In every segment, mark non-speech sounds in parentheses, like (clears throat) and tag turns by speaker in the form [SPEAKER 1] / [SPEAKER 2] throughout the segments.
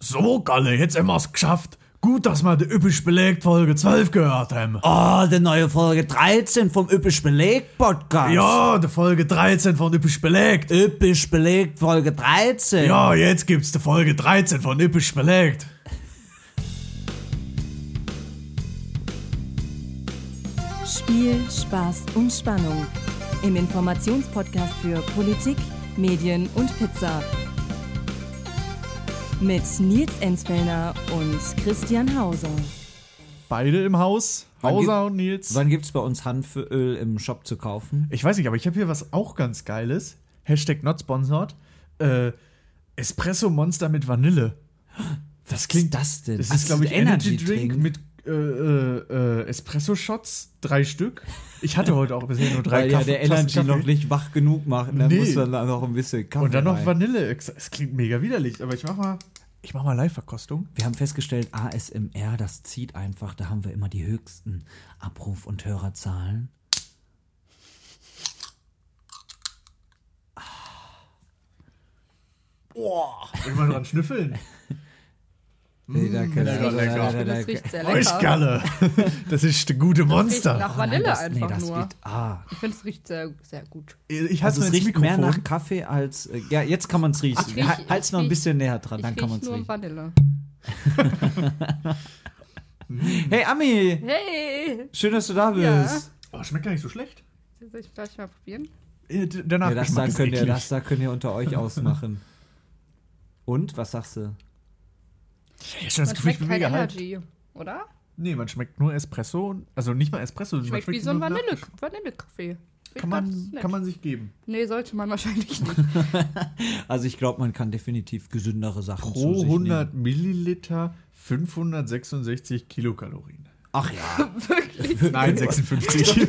[SPEAKER 1] So, Galle, jetzt haben wir's geschafft. Gut, dass wir die üppig belegt Folge 12 gehört haben.
[SPEAKER 2] Oh, die neue Folge 13 vom Üppisch Beleg Podcast.
[SPEAKER 1] Ja, die Folge 13 von üppig belegt.
[SPEAKER 2] Üppisch Beleg Folge 13.
[SPEAKER 1] Ja, jetzt gibt's die Folge 13 von üppig belegt.
[SPEAKER 3] Spiel, Spaß und Spannung. Im Informationspodcast für Politik, Medien und Pizza. Mit Nils Enzfellner und Christian Hauser.
[SPEAKER 1] Beide im Haus,
[SPEAKER 2] Wann gibt-
[SPEAKER 1] Hauser und Nils.
[SPEAKER 2] Wann gibt's bei uns Hanföl im Shop zu kaufen?
[SPEAKER 1] Ich weiß nicht, aber ich habe hier was auch ganz Geiles. Hashtag not sponsored. Äh, Espresso Monster mit Vanille.
[SPEAKER 2] Was
[SPEAKER 1] klingt-
[SPEAKER 2] ist das denn?
[SPEAKER 1] Das
[SPEAKER 2] Ach,
[SPEAKER 1] ist, glaube ich, Energy
[SPEAKER 2] Energy-Drink.
[SPEAKER 1] Drink mit äh, äh, äh, Espresso-Shots, drei Stück. Ich hatte heute auch bisher nur drei
[SPEAKER 2] Weil ja
[SPEAKER 1] Kaff-
[SPEAKER 2] der
[SPEAKER 1] Tassen
[SPEAKER 2] Energy noch
[SPEAKER 1] Kaffee.
[SPEAKER 2] nicht wach genug macht. Dann
[SPEAKER 1] Nee.
[SPEAKER 2] muss dann da noch ein bisschen Kaffee
[SPEAKER 1] Und dann noch
[SPEAKER 2] rein.
[SPEAKER 1] Vanille. Es klingt mega widerlich, aber ich mach mal, ich mach mal Live-Verkostung.
[SPEAKER 2] Wir haben festgestellt, ASMR, das zieht einfach. Da haben wir immer die höchsten Abruf- und Hörerzahlen.
[SPEAKER 1] Boah, will mal dran schnüffeln. Hm, lecker, lecker.
[SPEAKER 4] Das riecht
[SPEAKER 1] Oh,
[SPEAKER 4] sehr lecker.
[SPEAKER 1] Euchgalle. (laughs) Das ist eine gute
[SPEAKER 4] Oh, riecht
[SPEAKER 1] Monster.
[SPEAKER 4] nach Vanille
[SPEAKER 2] das,
[SPEAKER 4] einfach
[SPEAKER 2] das
[SPEAKER 4] nur.
[SPEAKER 2] Geht, ah.
[SPEAKER 4] Ich finde, es riecht sehr, sehr gut.
[SPEAKER 1] Ich
[SPEAKER 2] Also
[SPEAKER 1] hasse
[SPEAKER 2] es
[SPEAKER 1] also
[SPEAKER 2] riecht
[SPEAKER 1] Mikrofon.
[SPEAKER 2] mehr nach Kaffee als. Äh, ja, jetzt kann man es riechen.
[SPEAKER 4] Ich riech-
[SPEAKER 2] Ha- Halt's
[SPEAKER 4] ich
[SPEAKER 2] noch ein
[SPEAKER 4] riech-
[SPEAKER 2] bisschen näher dran, dann
[SPEAKER 4] ich
[SPEAKER 2] kann man
[SPEAKER 4] riech
[SPEAKER 2] es
[SPEAKER 4] nur
[SPEAKER 2] riechen.
[SPEAKER 4] Vanille.
[SPEAKER 2] Hey Ami,
[SPEAKER 4] Hey!
[SPEAKER 2] schön, dass du da bist.
[SPEAKER 4] Ja.
[SPEAKER 1] oh, schmeckt gar nicht so schlecht.
[SPEAKER 4] Soll ich gleich mal probieren?
[SPEAKER 1] Äh, d- Der
[SPEAKER 2] Ja, das,
[SPEAKER 1] Nachgeschmack
[SPEAKER 2] da
[SPEAKER 1] ist
[SPEAKER 2] könnt ihr,
[SPEAKER 1] eklig.
[SPEAKER 2] das da könnt ihr unter euch ausmachen. Und, was sagst du?
[SPEAKER 1] Ich hab schon das
[SPEAKER 4] Man
[SPEAKER 1] Gefühl, ich
[SPEAKER 4] schmeckt
[SPEAKER 1] bin mega
[SPEAKER 4] kein
[SPEAKER 1] hyped.
[SPEAKER 4] Energy, oder?
[SPEAKER 1] Nee, man schmeckt nur Espresso. und- Also nicht mal Espresso. man
[SPEAKER 4] Schmeckt wie so ein
[SPEAKER 1] nur nach-
[SPEAKER 4] Vanille Vanillekaffee. Schmeckt
[SPEAKER 1] Kann
[SPEAKER 4] ganz
[SPEAKER 1] man,
[SPEAKER 4] nett.
[SPEAKER 1] kann man sich geben.
[SPEAKER 4] nee, sollte man (laughs) wahrscheinlich nicht.
[SPEAKER 2] Also ich glaube, man kann definitiv gesündere Sachen zu
[SPEAKER 1] Pro
[SPEAKER 2] sich
[SPEAKER 1] 100
[SPEAKER 2] nehmen.
[SPEAKER 1] Milliliter 566 (laughs) Kilokalorien.
[SPEAKER 2] Ach (laughs) ja.
[SPEAKER 1] Nein, (laughs)
[SPEAKER 2] (laughs)
[SPEAKER 1] 56.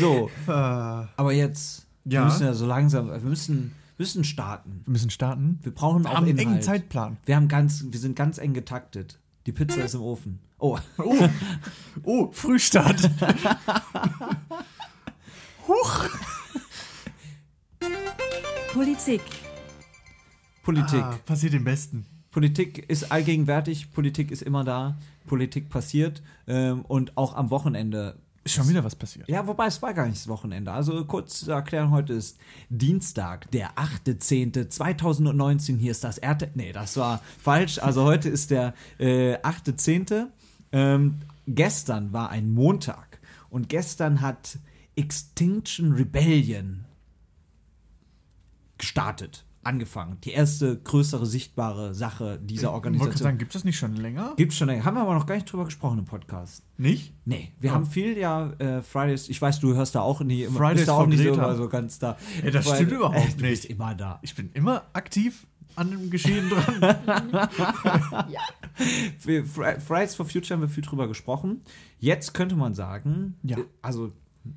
[SPEAKER 2] So,
[SPEAKER 1] wir
[SPEAKER 2] aber jetzt,
[SPEAKER 1] Ja.
[SPEAKER 2] wir müssen Ah. ja so langsam, wir müssen, müssen starten.
[SPEAKER 1] müssen starten.
[SPEAKER 2] Wir brauchen
[SPEAKER 1] Wir
[SPEAKER 2] auch
[SPEAKER 1] haben einen
[SPEAKER 2] Inhalt.
[SPEAKER 1] engen Zeitplan.
[SPEAKER 2] Wir haben ganz, wir sind ganz eng getaktet. Die Pizza ist im Ofen. Oh, (laughs)
[SPEAKER 1] Oh, oh (laughs) Frühstart.
[SPEAKER 4] (laughs)
[SPEAKER 3] Politik,
[SPEAKER 2] Politik.
[SPEAKER 1] Ah, passiert dem Besten.
[SPEAKER 2] Politik ist allgegenwärtig, Politik ist immer da, Politik passiert ähm, und auch am Wochenende.
[SPEAKER 1] Ist schon wieder was passiert.
[SPEAKER 2] Ja, wobei es war gar nicht das Wochenende. Also kurz zu erklären, heute ist Dienstag, der 8.10.2019. Hier ist das RTL. Nee, das war falsch. Also heute ist der äh, 8.10. Ähm, gestern war ein Montag und gestern hat Extinction Rebellion gestartet, angefangen. Die erste größere sichtbare Sache dieser
[SPEAKER 1] Ich wollte gerade
[SPEAKER 2] Organisation.
[SPEAKER 1] sagen, gibt es das nicht schon länger?
[SPEAKER 2] Gibt's schon länger. Haben wir aber noch gar nicht drüber gesprochen im Podcast.
[SPEAKER 1] Nicht?
[SPEAKER 2] Nee, wir
[SPEAKER 1] Ja.
[SPEAKER 2] haben viel ja äh, Fridays, ich weiß, du hörst da auch nie immer,
[SPEAKER 1] Fridays
[SPEAKER 2] bist da auch
[SPEAKER 1] for
[SPEAKER 2] nicht
[SPEAKER 1] Greta.
[SPEAKER 2] immer so ganz da.
[SPEAKER 1] Ey, das
[SPEAKER 2] Friday-
[SPEAKER 1] stimmt
[SPEAKER 2] (laughs)
[SPEAKER 1] überhaupt
[SPEAKER 2] Du bist
[SPEAKER 1] nicht.
[SPEAKER 2] immer da.
[SPEAKER 1] Ich bin äh, immer aktiv an dem Geschehen (laughs) dran.
[SPEAKER 2] Wir- Fri- Fridays for Future haben wir viel drüber gesprochen. Jetzt könnte man sagen,
[SPEAKER 1] Ja.
[SPEAKER 2] also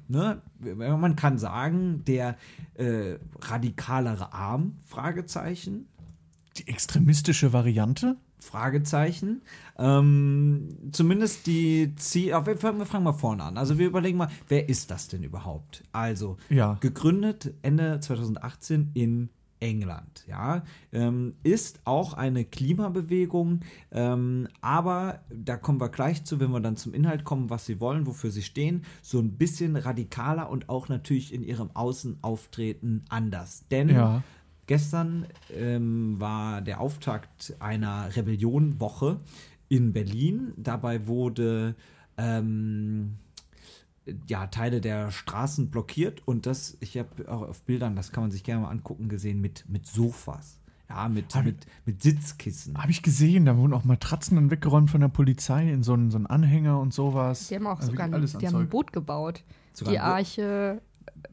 [SPEAKER 2] ne, man kann sagen, der äh, radikalere Arm, Fragezeichen,
[SPEAKER 1] Die extremistische Variante?
[SPEAKER 2] Fragezeichen. Ähm, zumindest die Ziel. Aber wir fangen, wir fangen mal vorne an. Also wir überlegen mal, wer ist das denn überhaupt? Also,
[SPEAKER 1] Ja.
[SPEAKER 2] gegründet Ende 2018 in England, ja, ähm, ist auch eine Klimabewegung, ähm, aber da kommen wir gleich zu, wenn wir dann zum Inhalt kommen, was sie wollen, wofür sie stehen, so ein bisschen radikaler und auch natürlich in ihrem Außenauftreten anders. Denn
[SPEAKER 1] Ja.
[SPEAKER 2] Gestern ähm, war der Auftakt einer Rebellion-Woche in Berlin. Dabei wurde ähm, ja, Teile der Straßen blockiert und das, ich habe auch auf Bildern, das kann man sich gerne mal angucken, gesehen mit, mit Sofas. Ja, mit, mit, mit Sitzkissen.
[SPEAKER 1] Habe ich gesehen, da wurden auch Matratzen dann weggeräumt von der Polizei in so einen, so einen Anhänger und sowas.
[SPEAKER 4] Die haben auch
[SPEAKER 1] Also
[SPEAKER 4] sogar
[SPEAKER 1] wirklich
[SPEAKER 4] ein,
[SPEAKER 1] alles an
[SPEAKER 4] die haben ein
[SPEAKER 1] Zeug.
[SPEAKER 4] Boot gebaut.
[SPEAKER 2] Sogar
[SPEAKER 4] die
[SPEAKER 2] ein Boot?
[SPEAKER 4] Arche,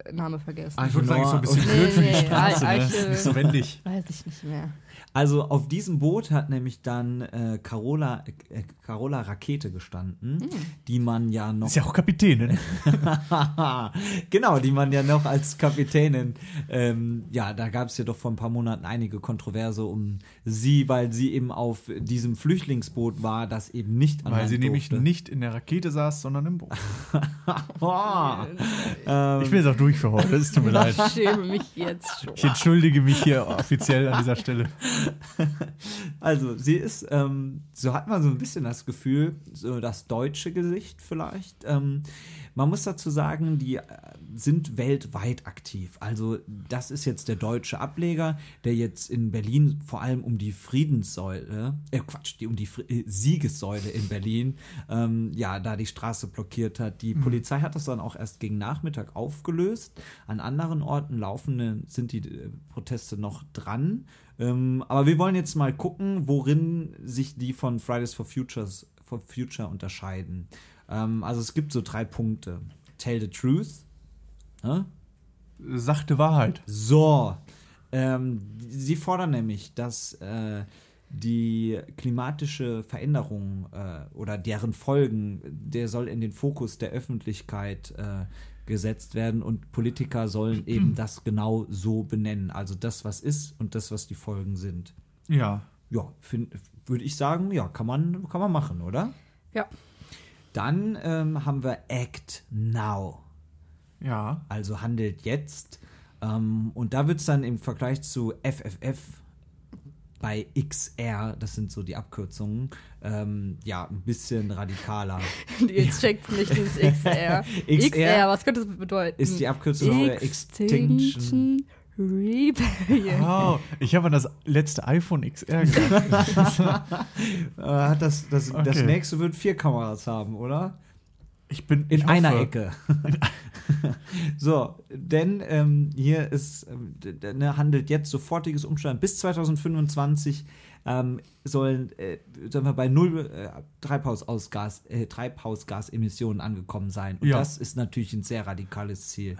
[SPEAKER 4] äh, Name vergessen.
[SPEAKER 1] Ich würde sagen, ist so ein bisschen
[SPEAKER 4] Nee,
[SPEAKER 1] blöd für die
[SPEAKER 4] nee,
[SPEAKER 1] Straße.
[SPEAKER 4] Ar-
[SPEAKER 1] Ne?
[SPEAKER 4] Arche-
[SPEAKER 1] Nicht so wendig.
[SPEAKER 4] Weiß ich nicht mehr.
[SPEAKER 2] (laughs) Also auf diesem Boot hat nämlich dann äh, Carola, äh, Carola Rakete gestanden,
[SPEAKER 1] Hm.
[SPEAKER 2] die man ja noch
[SPEAKER 1] Ist ja auch ne? Kapitänin.
[SPEAKER 2] (laughs) genau, die man ja noch als Kapitänin. Ähm, ja, da gab es ja doch vor ein paar Monaten einige Kontroverse um sie, weil sie eben auf diesem Flüchtlingsboot war, das eben nicht an
[SPEAKER 1] Weil
[SPEAKER 2] Land
[SPEAKER 1] sie nämlich
[SPEAKER 2] durfte.
[SPEAKER 1] nicht in der Rakete saß, sondern im Boot.
[SPEAKER 2] (laughs) Ah,
[SPEAKER 1] Ich will es auch auch durch für heute. Es
[SPEAKER 4] (laughs)
[SPEAKER 1] tut mir leid.
[SPEAKER 4] Ich schäme mich jetzt schon.
[SPEAKER 1] Ich entschuldige mich hier offiziell an dieser Stelle.
[SPEAKER 2] Also, sie ist, ähm, so hat man so ein bisschen das Gefühl, so das deutsche Gesicht vielleicht. Ähm, man muss dazu sagen, die äh, sind weltweit aktiv. Also, das ist jetzt der deutsche Ableger, der jetzt in Berlin vor allem um die Friedenssäule, äh, Quatsch, die um die Fri äh, Siegessäule in Berlin, ähm, ja, da die Straße blockiert hat. Die Polizei hat das dann auch erst gegen Nachmittag aufgelöst. An anderen Orten laufen, sind die äh, Proteste noch dran. Ähm, aber wir wollen jetzt mal gucken, worin sich die von Fridays for Futures for Future unterscheiden. Ähm, also es gibt so drei Punkte. Tell the truth. Ne?
[SPEAKER 1] Sachte Wahrheit.
[SPEAKER 2] So. Ähm, sie fordern nämlich, dass äh, die klimatische Veränderung äh, oder deren Folgen, der soll in den Fokus der Öffentlichkeit äh, gesetzt werden und Politiker sollen eben das genau so benennen. Also das, was ist und das, was die Folgen sind
[SPEAKER 1] Ja.
[SPEAKER 2] ja, würde ich sagen, ja, kann man, kann man machen, oder?
[SPEAKER 4] Ja.
[SPEAKER 2] Dann ähm, haben wir Act Now,
[SPEAKER 1] Ja.
[SPEAKER 2] also handelt jetzt. Ähm, und da wird es dann im Vergleich zu FFF bei XR, das sind so die Abkürzungen, ähm, ja, ein bisschen radikaler.
[SPEAKER 4] Jetzt checkt nicht dieses XR.
[SPEAKER 2] (laughs)
[SPEAKER 4] (laughs)
[SPEAKER 2] XR
[SPEAKER 4] XR, was könnte das bedeuten?
[SPEAKER 2] ist die Abkürzung für Extinction.
[SPEAKER 4] Extinction
[SPEAKER 2] Oh.
[SPEAKER 4] Rebellion.
[SPEAKER 1] Wow. Ich habe an das letzte iPhone XR gedacht.
[SPEAKER 2] Äh, hat das, das, das
[SPEAKER 1] Okay.
[SPEAKER 2] nächste wird vier Kameras haben, oder?
[SPEAKER 1] Ich bin
[SPEAKER 2] In
[SPEAKER 1] ich
[SPEAKER 2] einer
[SPEAKER 1] hoffe-
[SPEAKER 2] Ecke. (laughs) so, denn ähm, hier ist, ähm, d- d- ne, handelt jetzt sofortiges Umstand. Bis 2025 ähm, sollen, äh, sollen wir bei null äh, Treibhausausgas, äh, Treibhausgasemissionen angekommen sein. Und
[SPEAKER 1] Ja.
[SPEAKER 2] das ist natürlich ein sehr radikales Ziel.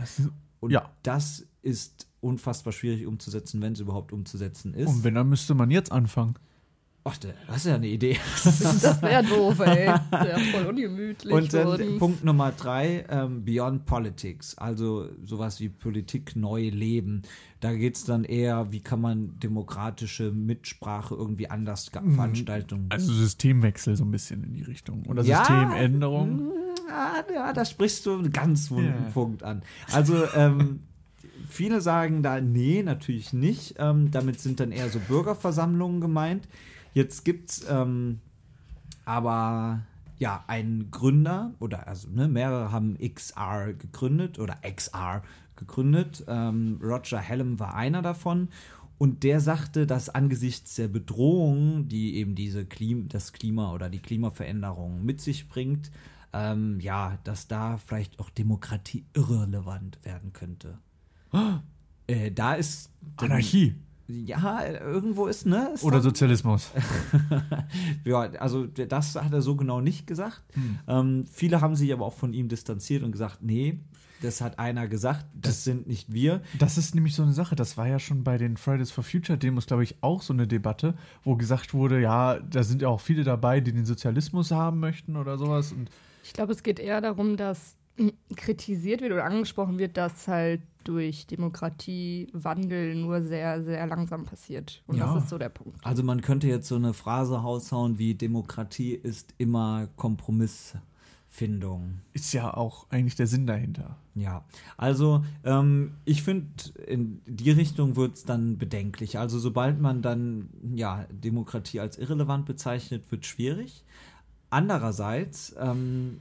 [SPEAKER 2] Und
[SPEAKER 1] ja.
[SPEAKER 2] das ist unfassbar schwierig umzusetzen, wenn es überhaupt umzusetzen ist.
[SPEAKER 1] Und wenn, dann müsste man jetzt anfangen.
[SPEAKER 2] Ach, da- das ist ja
[SPEAKER 1] (laughs)
[SPEAKER 2] eine Idee.
[SPEAKER 4] (laughs)
[SPEAKER 2] (laughs)
[SPEAKER 4] Das wäre doof, (laughs) ey. Wär voll ungemütlich.
[SPEAKER 2] Und dann
[SPEAKER 4] worden.
[SPEAKER 2] Punkt Nummer drei, ähm, Beyond Politics, also sowas wie Politik neu leben. Da geht es dann eher, wie kann man demokratische Mitsprache irgendwie anders ge- veranstalten.
[SPEAKER 1] Also Systemwechsel so ein bisschen in die Richtung. Oder
[SPEAKER 2] Ja.
[SPEAKER 1] Systemänderung.
[SPEAKER 2] Ah, ja, da sprichst du einen ganz wunden
[SPEAKER 1] Ja.
[SPEAKER 2] Punkt an. Also ähm, (laughs) viele sagen da, nee, natürlich nicht. Ähm, damit sind dann eher so Bürgerversammlungen gemeint. Jetzt gibt's ähm, aber ja einen Gründer oder also ne, mehrere haben XR gegründet oder XR gegründet. Ähm, Roger Hallam war einer davon. Und der sagte, dass angesichts der Bedrohung, die eben diese Klim das Klima oder die Klimaveränderung mit sich bringt, ähm, ja, dass da vielleicht auch Demokratie irrelevant werden könnte. Äh, da ist
[SPEAKER 1] Oh! Anarchie.
[SPEAKER 2] ja irgendwo ist ne ist
[SPEAKER 1] Oder Sozialismus.
[SPEAKER 2] ja, also das hat er so genau nicht gesagt. Ähm, viele haben sich aber auch von ihm distanziert und gesagt, nee, das hat einer gesagt, das, sind nicht wir.
[SPEAKER 1] Das ist nämlich so eine Sache, das war ja schon bei den Fridays for Future Demos, glaube ich, auch so eine Debatte, wo gesagt wurde, ja, da sind ja auch viele dabei, die den Sozialismus haben möchten oder sowas. Und
[SPEAKER 4] Ich glaube, es geht eher darum, dass mm, kritisiert wird oder angesprochen wird, dass halt durch Demokratiewandel nur sehr, sehr langsam passiert. Und
[SPEAKER 1] Ja.
[SPEAKER 4] das ist so der Punkt.
[SPEAKER 2] Also man könnte jetzt so eine Phrase raushauen wie Demokratie ist immer Kompromissfindung.
[SPEAKER 1] ist ja auch eigentlich der Sinn dahinter.
[SPEAKER 2] Ja, also ähm, ich finde, in die Richtung wird es dann bedenklich. Also sobald man dann ja Demokratie als irrelevant bezeichnet, wird schwierig. Andererseits, ähm,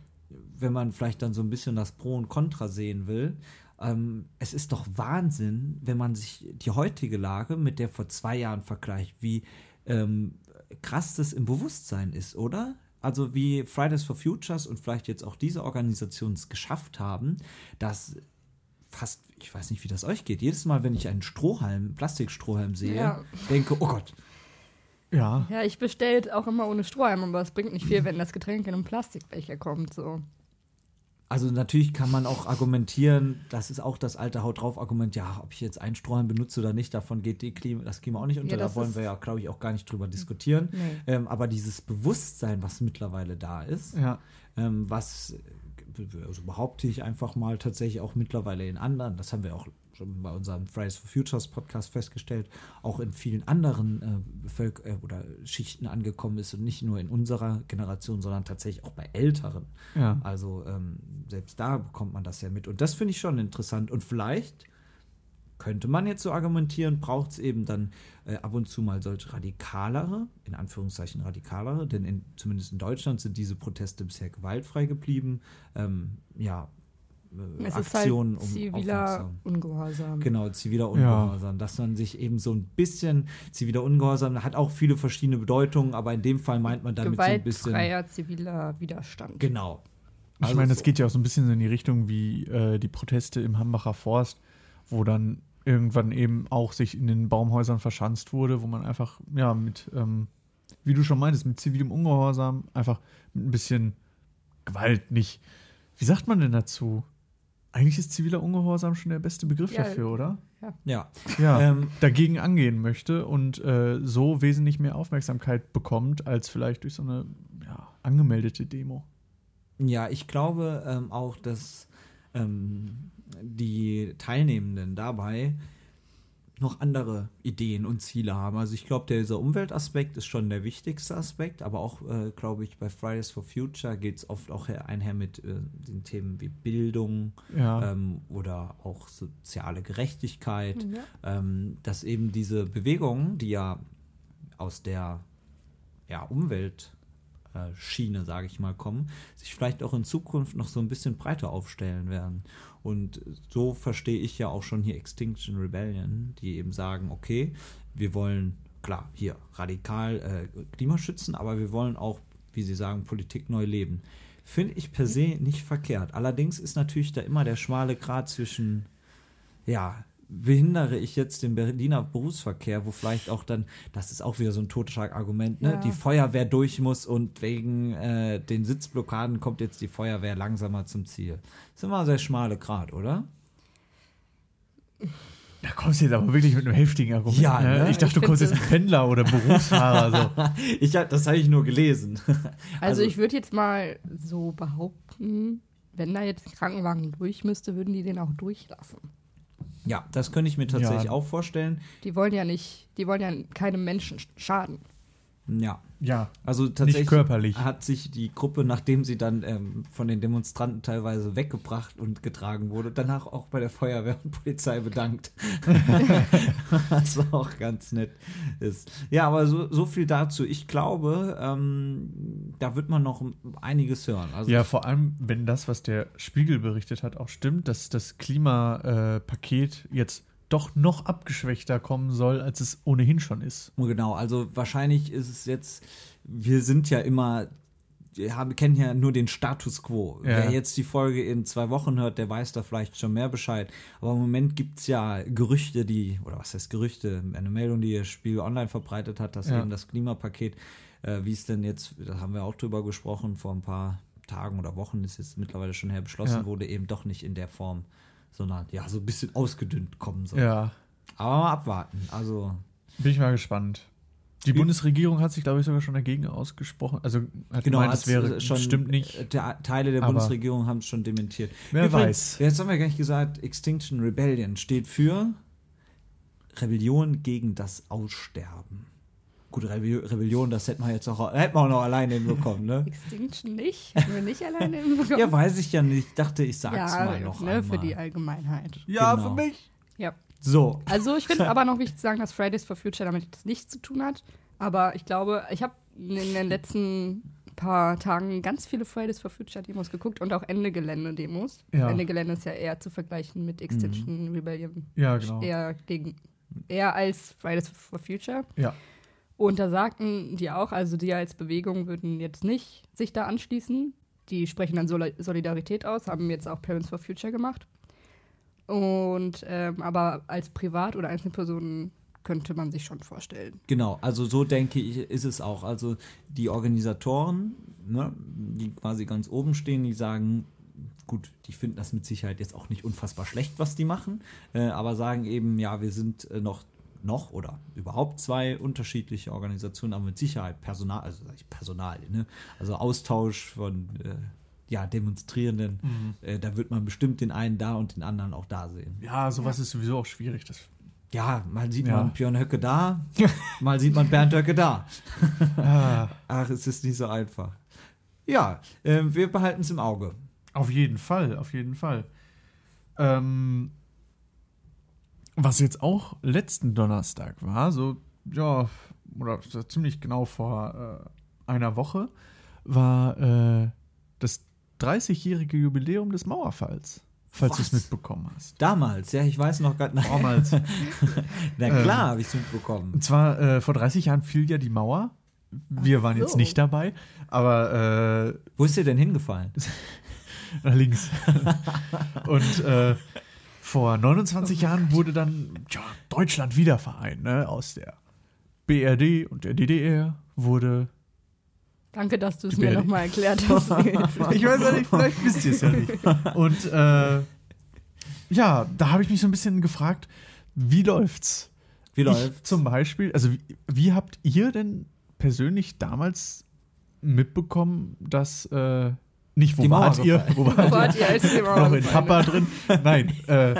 [SPEAKER 2] wenn man vielleicht dann so ein bisschen das Pro und Contra sehen will, ähm, es ist doch Wahnsinn, wenn man sich die heutige Lage mit der vor zwei Jahren vergleicht, wie ähm, krass das im Bewusstsein ist, oder? Also wie Fridays for Futures und vielleicht jetzt auch diese Organisation es geschafft haben, dass fast, ich weiß nicht, wie das euch geht, jedes Mal, wenn ich einen Strohhalm, Plastikstrohhalm sehe,
[SPEAKER 4] Ja.
[SPEAKER 2] denke, oh Gott,
[SPEAKER 1] Ja,
[SPEAKER 4] Ja, ich bestelle auch immer ohne Strohhalm, aber es bringt nicht viel, wenn das Getränk in einem Plastikbecher kommt. So.
[SPEAKER 2] Also natürlich kann man auch argumentieren, das ist auch das alte Haut drauf Argument, ja, ob ich jetzt einen Strohhalm benutze oder nicht, davon geht die Klima, das Klima auch nicht unter,
[SPEAKER 4] Ja,
[SPEAKER 2] da
[SPEAKER 4] das
[SPEAKER 2] wollen
[SPEAKER 4] ist-
[SPEAKER 2] wir ja, glaube ich, auch gar nicht drüber diskutieren.
[SPEAKER 4] Nee.
[SPEAKER 2] Ähm, aber dieses Bewusstsein, was mittlerweile da ist,
[SPEAKER 1] ja.
[SPEAKER 2] ähm, was also behaupte ich einfach mal tatsächlich auch mittlerweile in anderen, das haben wir auch schon bei unserem Fridays for Futures Podcast festgestellt, auch in vielen anderen äh, Völk äh, oder Schichten angekommen ist und nicht nur in unserer Generation, sondern tatsächlich auch bei Älteren.
[SPEAKER 1] Ja.
[SPEAKER 2] Also ähm, selbst da bekommt man das ja mit. Und das finde ich schon interessant. Und vielleicht könnte man jetzt so argumentieren, braucht es eben dann äh, ab und zu mal solche radikalere, in Anführungszeichen radikalere, denn in, zumindest in Deutschland sind diese Proteste bisher gewaltfrei geblieben. Ähm, ja, äh,
[SPEAKER 4] Es ist halt
[SPEAKER 2] Aktionen um
[SPEAKER 4] ziviler
[SPEAKER 2] aufmerksam.
[SPEAKER 4] Ungehorsam.
[SPEAKER 2] Genau, ziviler Ungehorsam. Dass man sich eben so ein bisschen ziviler Ungehorsam hat auch viele verschiedene Bedeutungen, aber in dem Fall meint man damit so ein bisschen.
[SPEAKER 4] Gewaltfreier ziviler Widerstand.
[SPEAKER 2] Genau.
[SPEAKER 1] Ich
[SPEAKER 2] Also
[SPEAKER 1] meine,
[SPEAKER 2] so-
[SPEAKER 1] das geht ja auch so ein bisschen in die Richtung wie äh, die Proteste im Hambacher Forst, wo dann irgendwann eben auch sich in den Baumhäusern verschanzt wurde, wo man einfach, ja, mit, ähm, wie du schon meintest, mit zivilem Ungehorsam, einfach mit ein bisschen Gewalt nicht. Wie sagt man denn dazu? Eigentlich ist ziviler Ungehorsam schon der beste Begriff
[SPEAKER 4] Ja.
[SPEAKER 1] dafür, oder?
[SPEAKER 2] Ja.
[SPEAKER 1] Ja.
[SPEAKER 2] Ähm,
[SPEAKER 1] dagegen angehen möchte und äh, so wesentlich mehr Aufmerksamkeit bekommt, als vielleicht durch so eine ja, angemeldete Demo.
[SPEAKER 2] Ja, ich glaube ähm, auch, dass ähm, die Teilnehmenden dabei noch andere Ideen und Ziele haben. Also ich glaube, dieser Umweltaspekt ist schon der wichtigste Aspekt, aber auch, äh, glaube ich, bei Fridays for Future geht es oft auch her- einher mit äh, den Themen wie Bildung
[SPEAKER 1] Ja.
[SPEAKER 2] ähm, oder auch soziale Gerechtigkeit,
[SPEAKER 4] Ja.
[SPEAKER 2] ähm, dass eben diese Bewegungen, die ja aus der ja, Umweltschiene, sage ich mal, kommen, sich vielleicht auch in Zukunft noch so ein bisschen breiter aufstellen werden. Und so verstehe ich ja auch schon hier Extinction Rebellion, die eben sagen, okay, wir wollen, klar, hier radikal äh, Klima schützen, aber wir wollen auch, wie sie sagen, Politik neu leben. Finde ich per se nicht verkehrt. Allerdings ist natürlich da immer der schmale Grat zwischen ja, behindere ich jetzt den Berliner Berufsverkehr, wo vielleicht auch dann, das ist auch wieder so ein Totschlagargument, ne?
[SPEAKER 4] Ja.
[SPEAKER 2] Die Feuerwehr durch muss und wegen äh, den Sitzblockaden kommt jetzt die Feuerwehr langsamer zum Ziel. ist immer sehr schmale Grad, oder?
[SPEAKER 1] Da kommst du jetzt aber wirklich mit einem heftigen Argument.
[SPEAKER 2] Ja, ne?
[SPEAKER 1] Ich dachte, du
[SPEAKER 4] Ich
[SPEAKER 1] kommst jetzt
[SPEAKER 4] finde-
[SPEAKER 1] mit Pendler oder Berufsfahrer. so.
[SPEAKER 2] Ich hab, das habe ich nur gelesen. (laughs)
[SPEAKER 4] Also, ich würde jetzt mal so behaupten, wenn da jetzt ein Krankenwagen durch müsste, würden die den auch durchlassen.
[SPEAKER 2] ja, das könnte ich mir tatsächlich
[SPEAKER 1] Ja.
[SPEAKER 2] auch vorstellen.
[SPEAKER 4] Die wollen ja nicht, die wollen ja keinem Menschen sch- schaden.
[SPEAKER 2] Ja.
[SPEAKER 1] Ja.
[SPEAKER 2] Also tatsächlich
[SPEAKER 1] körperlich.
[SPEAKER 2] hat sich die Gruppe, nachdem sie dann ähm, von den Demonstranten teilweise weggebracht und getragen wurde, danach auch bei der Feuerwehr und Polizei bedankt.
[SPEAKER 1] (laughs)
[SPEAKER 2] Was auch ganz nett ist. Ja, aber so, so viel dazu. Ich glaube, ähm, da wird man noch einiges hören. Also
[SPEAKER 1] Ja, vor allem, wenn das, was der Spiegel berichtet hat, auch stimmt, dass das Klimapaket jetzt doch noch abgeschwächter kommen soll, als es ohnehin schon ist.
[SPEAKER 2] Genau, also wahrscheinlich ist es jetzt, wir sind ja immer, wir haben, kennen ja nur den Status quo.
[SPEAKER 1] Ja.
[SPEAKER 2] Wer jetzt die Folge in zwei Wochen hört, der weiß da vielleicht schon mehr Bescheid. Aber im Moment gibt es ja Gerüchte, die, oder was heißt Gerüchte, eine Meldung, die das Spiel online verbreitet hat, dass
[SPEAKER 1] Ja.
[SPEAKER 2] eben das Klimapaket, äh, wie es denn jetzt, da haben wir auch drüber gesprochen, vor ein paar Tagen oder Wochen ist jetzt mittlerweile schon her beschlossen
[SPEAKER 1] Ja.
[SPEAKER 2] wurde, eben doch nicht in der Form, sondern ja, so ein bisschen ausgedünnt kommen soll.
[SPEAKER 1] Ja,
[SPEAKER 2] Aber mal abwarten. Also
[SPEAKER 1] bin ich mal gespannt. Die
[SPEAKER 2] Ü-
[SPEAKER 1] Bundesregierung hat sich, glaube ich, sogar schon dagegen ausgesprochen. Also hat
[SPEAKER 2] Genau,
[SPEAKER 1] gemeint, das
[SPEAKER 2] hat's,
[SPEAKER 1] wäre
[SPEAKER 2] äh, schon
[SPEAKER 1] stimmt nicht.
[SPEAKER 2] äh, Te- Teile der
[SPEAKER 1] Aber-
[SPEAKER 2] Bundesregierung haben es schon dementiert.
[SPEAKER 1] Wer weiß.
[SPEAKER 2] Jetzt haben wir gar nicht gesagt, Extinction Rebellion steht für Rebellion gegen das Aussterben. Gut, Rebe- Rebellion, das hätten wir jetzt auch, hätten wir auch noch alleine hinbekommen,
[SPEAKER 4] (laughs)
[SPEAKER 2] ne?
[SPEAKER 4] Extinction nicht, wenn wir nicht alleine im
[SPEAKER 2] (laughs) Ja, weiß ich ja nicht. Ich dachte, ich sag's
[SPEAKER 4] Ja,
[SPEAKER 2] mal noch
[SPEAKER 4] ne,
[SPEAKER 2] einmal.
[SPEAKER 4] für die Allgemeinheit.
[SPEAKER 2] Ja,
[SPEAKER 1] Genau.
[SPEAKER 2] für mich.
[SPEAKER 4] Ja.
[SPEAKER 2] So,
[SPEAKER 4] Also
[SPEAKER 2] (laughs)
[SPEAKER 4] ich finde aber noch wichtig zu sagen, dass Fridays for Future damit jetzt nichts zu tun hat. Aber ich glaube, ich habe in den letzten paar Tagen ganz viele Fridays for Future Demos geguckt und auch Ende Gelände Demos.
[SPEAKER 1] Ja.
[SPEAKER 4] Ende Gelände ist ja eher zu vergleichen
[SPEAKER 2] Mhm.
[SPEAKER 4] mit Extinction Rebellion.
[SPEAKER 1] Ja, genau.
[SPEAKER 4] Eher gegen eher als Fridays for Future.
[SPEAKER 1] Ja.
[SPEAKER 4] Und da sagten die auch, also die als Bewegung würden jetzt nicht sich da anschließen. Die sprechen dann Sol Solidarität aus, haben jetzt auch Parents for Future gemacht. Und ähm, aber als Privat- oder Einzelpersonen könnte man sich schon vorstellen.
[SPEAKER 2] Genau, also so denke ich, ist es auch. Also die Organisatoren, ne, die quasi ganz oben stehen, die sagen, gut, die finden das mit Sicherheit jetzt auch nicht unfassbar schlecht, was die machen, äh, aber sagen eben, ja, wir sind äh, noch noch oder überhaupt zwei unterschiedliche Organisationen, aber mit Sicherheit Personal, also sag ich Personal, ne? also Austausch von äh, ja, Demonstrierenden. Äh, da wird man bestimmt den einen da und den anderen auch da sehen.
[SPEAKER 1] Ja, sowas ist sowieso auch schwierig. Das,
[SPEAKER 2] Ja, mal sieht
[SPEAKER 1] Ja.
[SPEAKER 2] man Björn Höcke
[SPEAKER 1] (laughs)
[SPEAKER 2] da, mal sieht man Bernd Höcke da.
[SPEAKER 1] ah,
[SPEAKER 2] (laughs) Ach, es ist nicht so einfach. Ja, äh, wir behalten es im Auge.
[SPEAKER 1] auf jeden Fall, auf jeden Fall. Ähm, was jetzt auch letzten Donnerstag war, so, ja, oder so ziemlich genau vor äh, einer Woche, war äh, das 30-jährige Jubiläum des Mauerfalls. Falls du es
[SPEAKER 2] Was?
[SPEAKER 1] mitbekommen hast.
[SPEAKER 2] Damals, ja, ich weiß noch gerade. (laughs) Na,
[SPEAKER 1] Damals.
[SPEAKER 2] na
[SPEAKER 1] Äh.
[SPEAKER 2] klar, habe ich es mitbekommen.
[SPEAKER 1] Und zwar äh, vor 30 Jahren fiel ja die Mauer. Wir waren jetzt
[SPEAKER 4] so.
[SPEAKER 1] nicht dabei, aber
[SPEAKER 2] Wo ist dir denn hingefallen?
[SPEAKER 1] äh, nach links. (laughs) Und äh, vor 29 Jahren wurde dann tja, Deutschland wieder vereint. Ne? Aus der BRD und der DDR wurde.
[SPEAKER 4] Danke, dass du es
[SPEAKER 1] Die
[SPEAKER 4] mir
[SPEAKER 1] Bär-
[SPEAKER 4] nochmal erklärt hast.
[SPEAKER 1] Ich weiß ja nicht, vielleicht wisst ihr es ja nicht. (laughs) Und äh, ja, da habe ich mich so ein bisschen gefragt, wie läuft's?
[SPEAKER 2] Wie
[SPEAKER 1] Ich
[SPEAKER 2] läuft's?
[SPEAKER 1] zum Beispiel, also wie, wie habt ihr denn persönlich damals mitbekommen, dass äh, nicht wo
[SPEAKER 2] Die Mauer
[SPEAKER 1] wart ihr,
[SPEAKER 2] gefallen.
[SPEAKER 1] wo
[SPEAKER 4] Wo
[SPEAKER 1] wart
[SPEAKER 4] wart ihr als die
[SPEAKER 1] ihr, noch
[SPEAKER 4] Mauer
[SPEAKER 1] in Papa drin? Nein. Äh,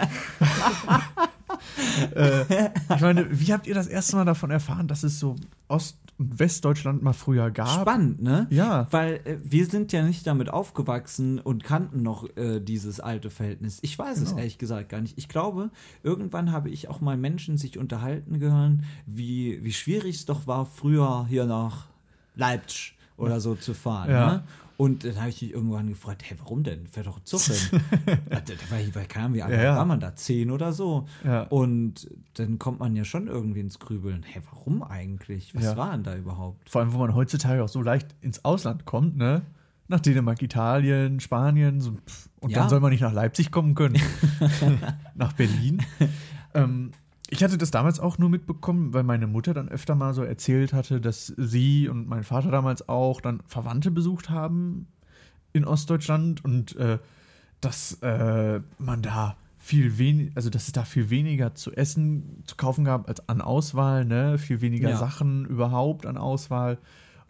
[SPEAKER 1] äh, ich meine, wie habt ihr das erste Mal davon erfahren, dass es so Ost- und Westdeutschland mal früher gab?
[SPEAKER 2] Spannend, ne?
[SPEAKER 1] Ja.
[SPEAKER 2] Weil äh, wir sind ja nicht damit aufgewachsen und kannten noch äh, dieses alte Verhältnis. Ich weiß es
[SPEAKER 1] Genau.
[SPEAKER 2] ehrlich gesagt gar nicht. Ich glaube, irgendwann habe ich auch mal Menschen sich unterhalten gehören, wie, wie schwierig es doch war, früher hier nach Leipzig oder so zu fahren.
[SPEAKER 1] Ja.
[SPEAKER 2] Ne? Und dann habe ich mich irgendwann gefragt, hey, warum denn? Fährt doch
[SPEAKER 1] (laughs)
[SPEAKER 2] Zug hin. da, da war ich, weil keine Ahnung, wie alt
[SPEAKER 1] Ja, ja.
[SPEAKER 2] war man da? Zehn oder so.
[SPEAKER 1] Ja.
[SPEAKER 2] Und dann kommt man ja schon irgendwie ins Grübeln. Hey, warum eigentlich? Was
[SPEAKER 1] Ja.
[SPEAKER 2] war denn da überhaupt?
[SPEAKER 1] Vor allem, wo man heutzutage auch so leicht ins Ausland kommt, ne? Nach Dänemark, Italien, Spanien. So, pff, und
[SPEAKER 2] Ja.
[SPEAKER 1] dann soll man nicht nach Leipzig kommen können. nach Berlin. ähm, ich hatte das damals auch nur mitbekommen, weil meine Mutter dann öfter mal so erzählt hatte, dass sie und mein Vater damals auch dann Verwandte besucht haben in Ostdeutschland und äh, dass äh, man da viel weniger, also dass es da viel weniger zu essen zu kaufen gab als an Auswahl, ne? Viel weniger
[SPEAKER 2] Ja.
[SPEAKER 1] Sachen überhaupt an Auswahl.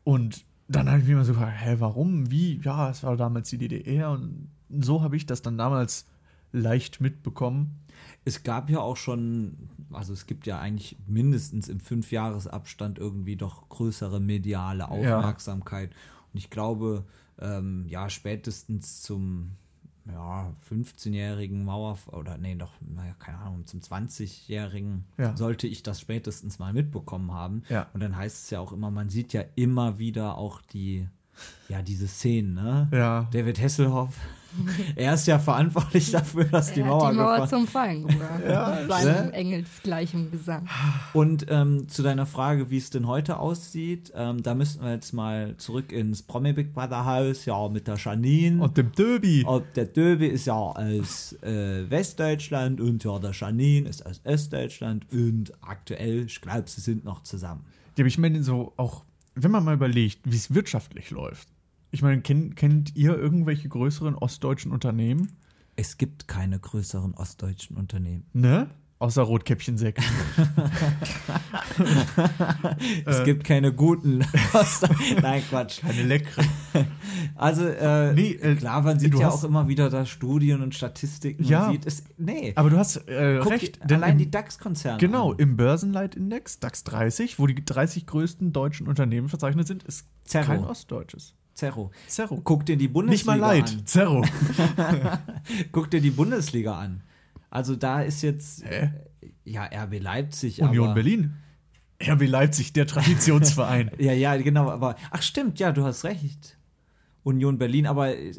[SPEAKER 1] Und dann habe ich mir immer so gefragt, hä, warum, wie? Ja, es war damals die DDR und so habe ich das dann damals leicht mitbekommen.
[SPEAKER 2] Es gab ja auch schon, also es gibt ja eigentlich mindestens im Fünfjahresabstand irgendwie doch größere mediale Aufmerksamkeit. Und ich glaube, ähm, ja, spätestens zum ja, 15-jährigen Mauer oder nee, doch, naja, keine Ahnung, zum 20-jährigen
[SPEAKER 1] Ja.
[SPEAKER 2] sollte ich das spätestens mal mitbekommen haben.
[SPEAKER 1] Ja.
[SPEAKER 2] Und dann heißt es ja auch immer, man sieht ja immer wieder auch die, ja, diese Szenen, ne?
[SPEAKER 1] Ja.
[SPEAKER 2] David Hasselhoff. (laughs) Er ist ja verantwortlich dafür, dass die
[SPEAKER 4] Er
[SPEAKER 2] Mauer,
[SPEAKER 4] hat die Mauer
[SPEAKER 2] gefallen-
[SPEAKER 4] zum Fallen gebracht.
[SPEAKER 1] Ja,
[SPEAKER 4] mit seinem
[SPEAKER 2] ne?
[SPEAKER 4] engelsgleichen Gesang.
[SPEAKER 2] Und ähm, zu deiner Frage, wie es denn heute aussieht, ähm, da müssten wir jetzt mal zurück ins Promi Big Brother Haus, ja, mit der Janine.
[SPEAKER 1] Und dem Döbi.
[SPEAKER 2] Ob der Döbe ist ja aus äh, Westdeutschland und ja, der Janine ist aus Ostdeutschland und aktuell, ich glaube, sie sind noch zusammen.
[SPEAKER 1] Ja, aber ich meine, so auch, wenn man mal überlegt, wie es wirtschaftlich läuft. Ich meine, kennt, kennt ihr irgendwelche größeren ostdeutschen Unternehmen?
[SPEAKER 2] Es gibt keine größeren ostdeutschen Unternehmen.
[SPEAKER 1] Ne? Außer
[SPEAKER 2] (laughs)
[SPEAKER 1] Rotkäppchensekt. Äh.
[SPEAKER 2] Es gibt keine guten. (laughs) Ostdeutschen- Nein, Quatsch.
[SPEAKER 1] Eine leckere.
[SPEAKER 2] (laughs) Also, äh,
[SPEAKER 1] Nee, äh,
[SPEAKER 2] klar, man sieht
[SPEAKER 1] du
[SPEAKER 2] ja
[SPEAKER 1] hast-
[SPEAKER 2] auch immer wieder da Studien und Statistiken.
[SPEAKER 1] Ja.
[SPEAKER 2] Man sieht es, nee.
[SPEAKER 1] Aber du hast äh,
[SPEAKER 2] Guck
[SPEAKER 1] recht.
[SPEAKER 2] dir allein
[SPEAKER 1] im-
[SPEAKER 2] die DAX-Konzerne.
[SPEAKER 1] Genau,
[SPEAKER 2] an.
[SPEAKER 1] im Börsenleitindex DAX 30, wo die 30 größten deutschen Unternehmen verzeichnet sind, ist
[SPEAKER 2] Zerro.
[SPEAKER 1] kein ostdeutsches.
[SPEAKER 2] Zerro.
[SPEAKER 1] Zerro.
[SPEAKER 2] Guck dir die
[SPEAKER 1] Nicht
[SPEAKER 2] Bundesliga
[SPEAKER 1] mal Leid,
[SPEAKER 2] an. (laughs)
[SPEAKER 1] Zerro.
[SPEAKER 2] Guck dir die Bundesliga an. Also da ist jetzt ja RB Leipzig,
[SPEAKER 1] Union
[SPEAKER 2] aber,
[SPEAKER 1] Berlin. RB Leipzig, der
[SPEAKER 2] (laughs)
[SPEAKER 1] Traditionsverein.
[SPEAKER 2] Ja, ja, genau, aber ach stimmt, ja, du hast recht. Union Berlin, aber äh,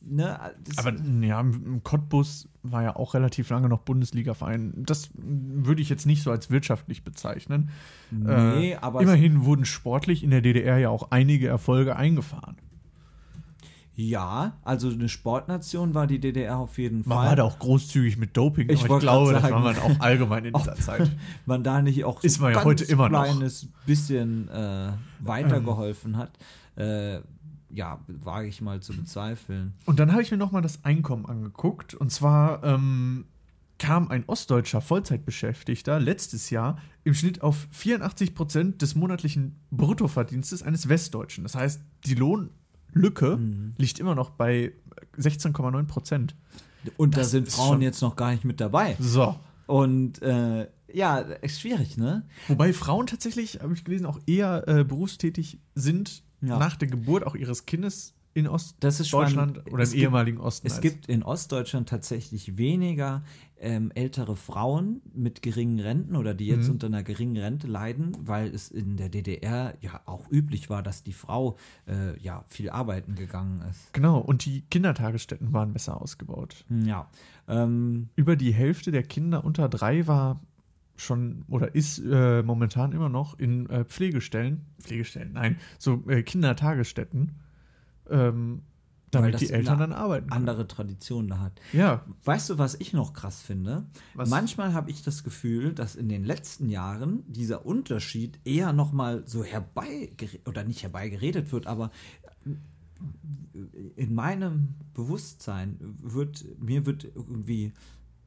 [SPEAKER 2] ne, das,
[SPEAKER 1] Aber ja, m- Cottbus war ja auch relativ lange noch Bundesliga-Verein. Das m, würde ich jetzt nicht so als wirtschaftlich bezeichnen.
[SPEAKER 2] nee,
[SPEAKER 1] äh,
[SPEAKER 2] aber es-
[SPEAKER 1] immerhin wurden sportlich in der DDR ja auch einige Erfolge eingefahren.
[SPEAKER 2] ja, also eine Sportnation war die DDR auf jeden
[SPEAKER 1] Man
[SPEAKER 2] Fall.
[SPEAKER 1] war da auch großzügig mit Doping,
[SPEAKER 2] Ich
[SPEAKER 1] aber ich
[SPEAKER 2] wollte
[SPEAKER 1] glaube,
[SPEAKER 2] gerade
[SPEAKER 1] das war
[SPEAKER 2] sagen.
[SPEAKER 1] man (laughs) auch allgemein in dieser Zeit.
[SPEAKER 2] man da nicht auch
[SPEAKER 1] Ist man ja
[SPEAKER 2] ganz
[SPEAKER 1] heute immer noch.
[SPEAKER 2] kleines bisschen äh, weitergeholfen hat, äh, ja, wage ich mal zu bezweifeln.
[SPEAKER 1] Und dann habe ich mir nochmal das Einkommen angeguckt. Und zwar ähm, kam ein ostdeutscher Vollzeitbeschäftigter letztes Jahr im Schnitt auf 84 Prozent des monatlichen Mhm. Bruttoverdienstes eines Westdeutschen. Das heißt, die Lohnlücke liegt immer noch bei 16,9 Prozent.
[SPEAKER 2] Und da sind
[SPEAKER 1] ist
[SPEAKER 2] Frauen
[SPEAKER 1] schon- Mhm.
[SPEAKER 2] jetzt noch gar nicht mit dabei.
[SPEAKER 1] So.
[SPEAKER 2] Und äh, ja, ist schwierig, ne?
[SPEAKER 1] Wobei Frauen tatsächlich, habe ich gelesen, auch eher äh, berufstätig sind
[SPEAKER 2] Ja.
[SPEAKER 1] nach der Geburt auch ihres Kindes in
[SPEAKER 2] Das ist
[SPEAKER 1] Ostdeutschland
[SPEAKER 2] spannend.
[SPEAKER 1] oder
[SPEAKER 2] Es
[SPEAKER 1] im
[SPEAKER 2] gibt-
[SPEAKER 1] ehemaligen Osten.
[SPEAKER 2] Es
[SPEAKER 1] als-
[SPEAKER 2] gibt in Ostdeutschland tatsächlich weniger ähm, ältere Frauen mit geringen Renten oder die jetzt
[SPEAKER 1] Mhm.
[SPEAKER 2] unter einer geringen Rente leiden, weil es in der DDR ja auch üblich war, dass die Frau äh, ja viel arbeiten gegangen ist. Hm,
[SPEAKER 1] Genau, und die Kindertagesstätten waren besser ausgebaut.
[SPEAKER 2] Ja. Ähm,
[SPEAKER 1] Über die Hälfte der Kinder unter drei war schon oder ist äh, momentan immer noch in äh, Pflegestellen, Pflegestellen, nein, so äh, Kindertagesstätten, ähm, damit
[SPEAKER 2] das
[SPEAKER 1] die Eltern
[SPEAKER 2] eine
[SPEAKER 1] dann arbeiten. können.
[SPEAKER 2] andere Tradition da hat.
[SPEAKER 1] Ja,
[SPEAKER 2] Weißt du, was ich noch krass finde?
[SPEAKER 1] Was?
[SPEAKER 2] Manchmal habe ich das Gefühl, dass in den letzten Jahren dieser Unterschied eher noch mal so herbei oder nicht herbeigeredet wird, aber in meinem Bewusstsein wird mir wird irgendwie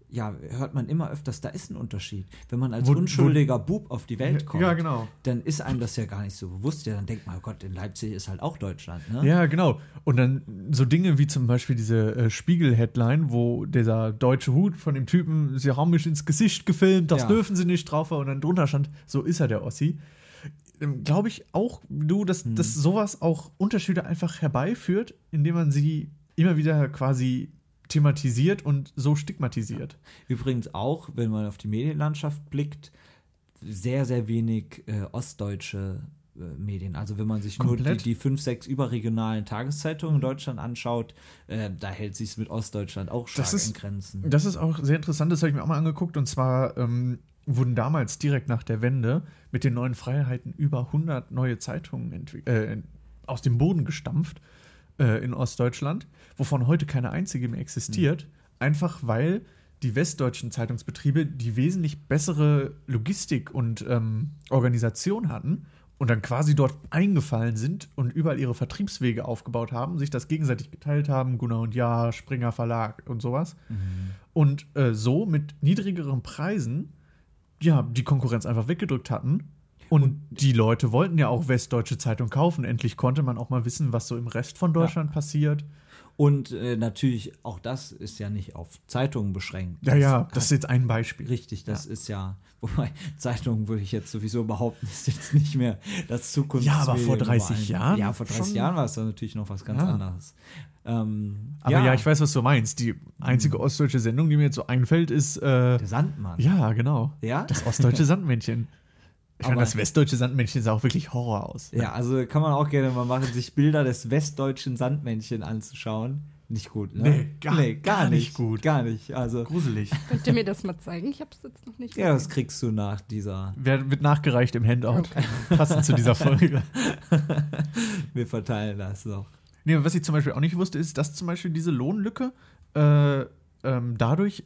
[SPEAKER 2] ja, hört man immer öfters, da ist ein Unterschied. Wenn man als
[SPEAKER 1] Wo- wo-
[SPEAKER 2] unschuldiger Bub auf die Welt
[SPEAKER 1] Ja,
[SPEAKER 2] kommt,
[SPEAKER 1] ja, genau.
[SPEAKER 2] dann ist einem das ja gar nicht so bewusst. Ja, dann denkt man, oh Gott, in Leipzig ist halt auch Deutschland, ne?
[SPEAKER 1] Ja, genau. Und dann so Dinge wie zum Beispiel diese äh, Spiegel-Headline, wo dieser deutsche Hut von dem Typen, sie haben mich ins Gesicht gefilmt, das
[SPEAKER 2] Ja.
[SPEAKER 1] dürfen sie nicht drauf, war, und dann drunter stand, so ist er der Ossi. Ähm, Glaube ich auch, du, dass, dass sowas auch Unterschiede einfach herbeiführt, indem man sie immer wieder quasi thematisiert und so stigmatisiert.
[SPEAKER 2] Übrigens auch, wenn man auf die Medienlandschaft blickt, sehr, sehr wenig äh, ostdeutsche äh, Medien. Also wenn man sich nur die,
[SPEAKER 1] Komplett.
[SPEAKER 2] die fünf, sechs überregionalen Tageszeitungen in Deutschland anschaut, äh, da hält sich es mit Ostdeutschland auch stark
[SPEAKER 1] Das ist-
[SPEAKER 2] in Grenzen.
[SPEAKER 1] Das ist auch sehr interessant, das habe ich mir auch mal angeguckt. Und zwar ähm, wurden damals direkt nach der Wende mit den neuen Freiheiten über 100 neue Zeitungen entwick- äh, in- aus dem Boden gestampft äh, in Ostdeutschland, wovon heute keine einzige mehr existiert, einfach weil die westdeutschen Zeitungsbetriebe die wesentlich bessere Logistik und ähm, Organisation hatten und dann quasi dort eingefallen sind und überall ihre Vertriebswege aufgebaut haben, sich das gegenseitig geteilt haben, Gunnar und Ja, Springer Verlag und sowas und äh, so mit niedrigeren Preisen ja die Konkurrenz einfach weggedrückt hatten. Und, die Leute wollten ja auch Westdeutsche Zeitung kaufen. Endlich konnte man auch mal wissen, was so im Rest von Deutschland passiert.
[SPEAKER 2] Und äh, natürlich, auch das ist ja nicht auf Zeitungen beschränkt.
[SPEAKER 1] Ja, ja, das
[SPEAKER 2] das
[SPEAKER 1] ist jetzt ein Beispiel.
[SPEAKER 2] Richtig, das ist ja, wobei (laughs) Zeitungen würde ich jetzt sowieso behaupten, (laughs) ist jetzt nicht mehr das Zukunftsmedium.
[SPEAKER 1] Ja, aber vor 30
[SPEAKER 2] überall.
[SPEAKER 1] Jahren
[SPEAKER 2] Ja, vor 30
[SPEAKER 1] schon.
[SPEAKER 2] Jahren war es dann natürlich noch was ganz
[SPEAKER 1] Ja.
[SPEAKER 2] anderes. Ähm,
[SPEAKER 1] Aber ja. ich weiß, was du meinst. Die
[SPEAKER 2] Mhm.
[SPEAKER 1] einzige ostdeutsche Sendung, die mir jetzt so einfällt, ist. Äh,
[SPEAKER 2] Der Sandmann.
[SPEAKER 1] ja, genau.
[SPEAKER 2] Ja?
[SPEAKER 1] Das ostdeutsche Sandmännchen. Ich meine,
[SPEAKER 2] Aber-
[SPEAKER 1] das westdeutsche Sandmännchen sah auch wirklich Horror aus.
[SPEAKER 2] Ja, also kann man auch gerne mal machen, sich Bilder des westdeutschen Sandmännchen anzuschauen. Nicht gut, ne?
[SPEAKER 1] Nee, gar- gar nicht gut.
[SPEAKER 2] Gar nicht. Also,
[SPEAKER 1] Gruselig.
[SPEAKER 4] Könnt ihr mir das mal zeigen? Ich hab's jetzt noch nicht
[SPEAKER 2] ja, das kriegst du nach dieser.
[SPEAKER 1] Wer wird nachgereicht im Handout? Passend zu
[SPEAKER 2] (laughs)
[SPEAKER 1] dieser Folge.
[SPEAKER 2] Wir verteilen das noch.
[SPEAKER 1] Nee, was ich zum Beispiel auch nicht wusste, ist, dass zum Beispiel diese Lohnlücke äh, ähm, dadurch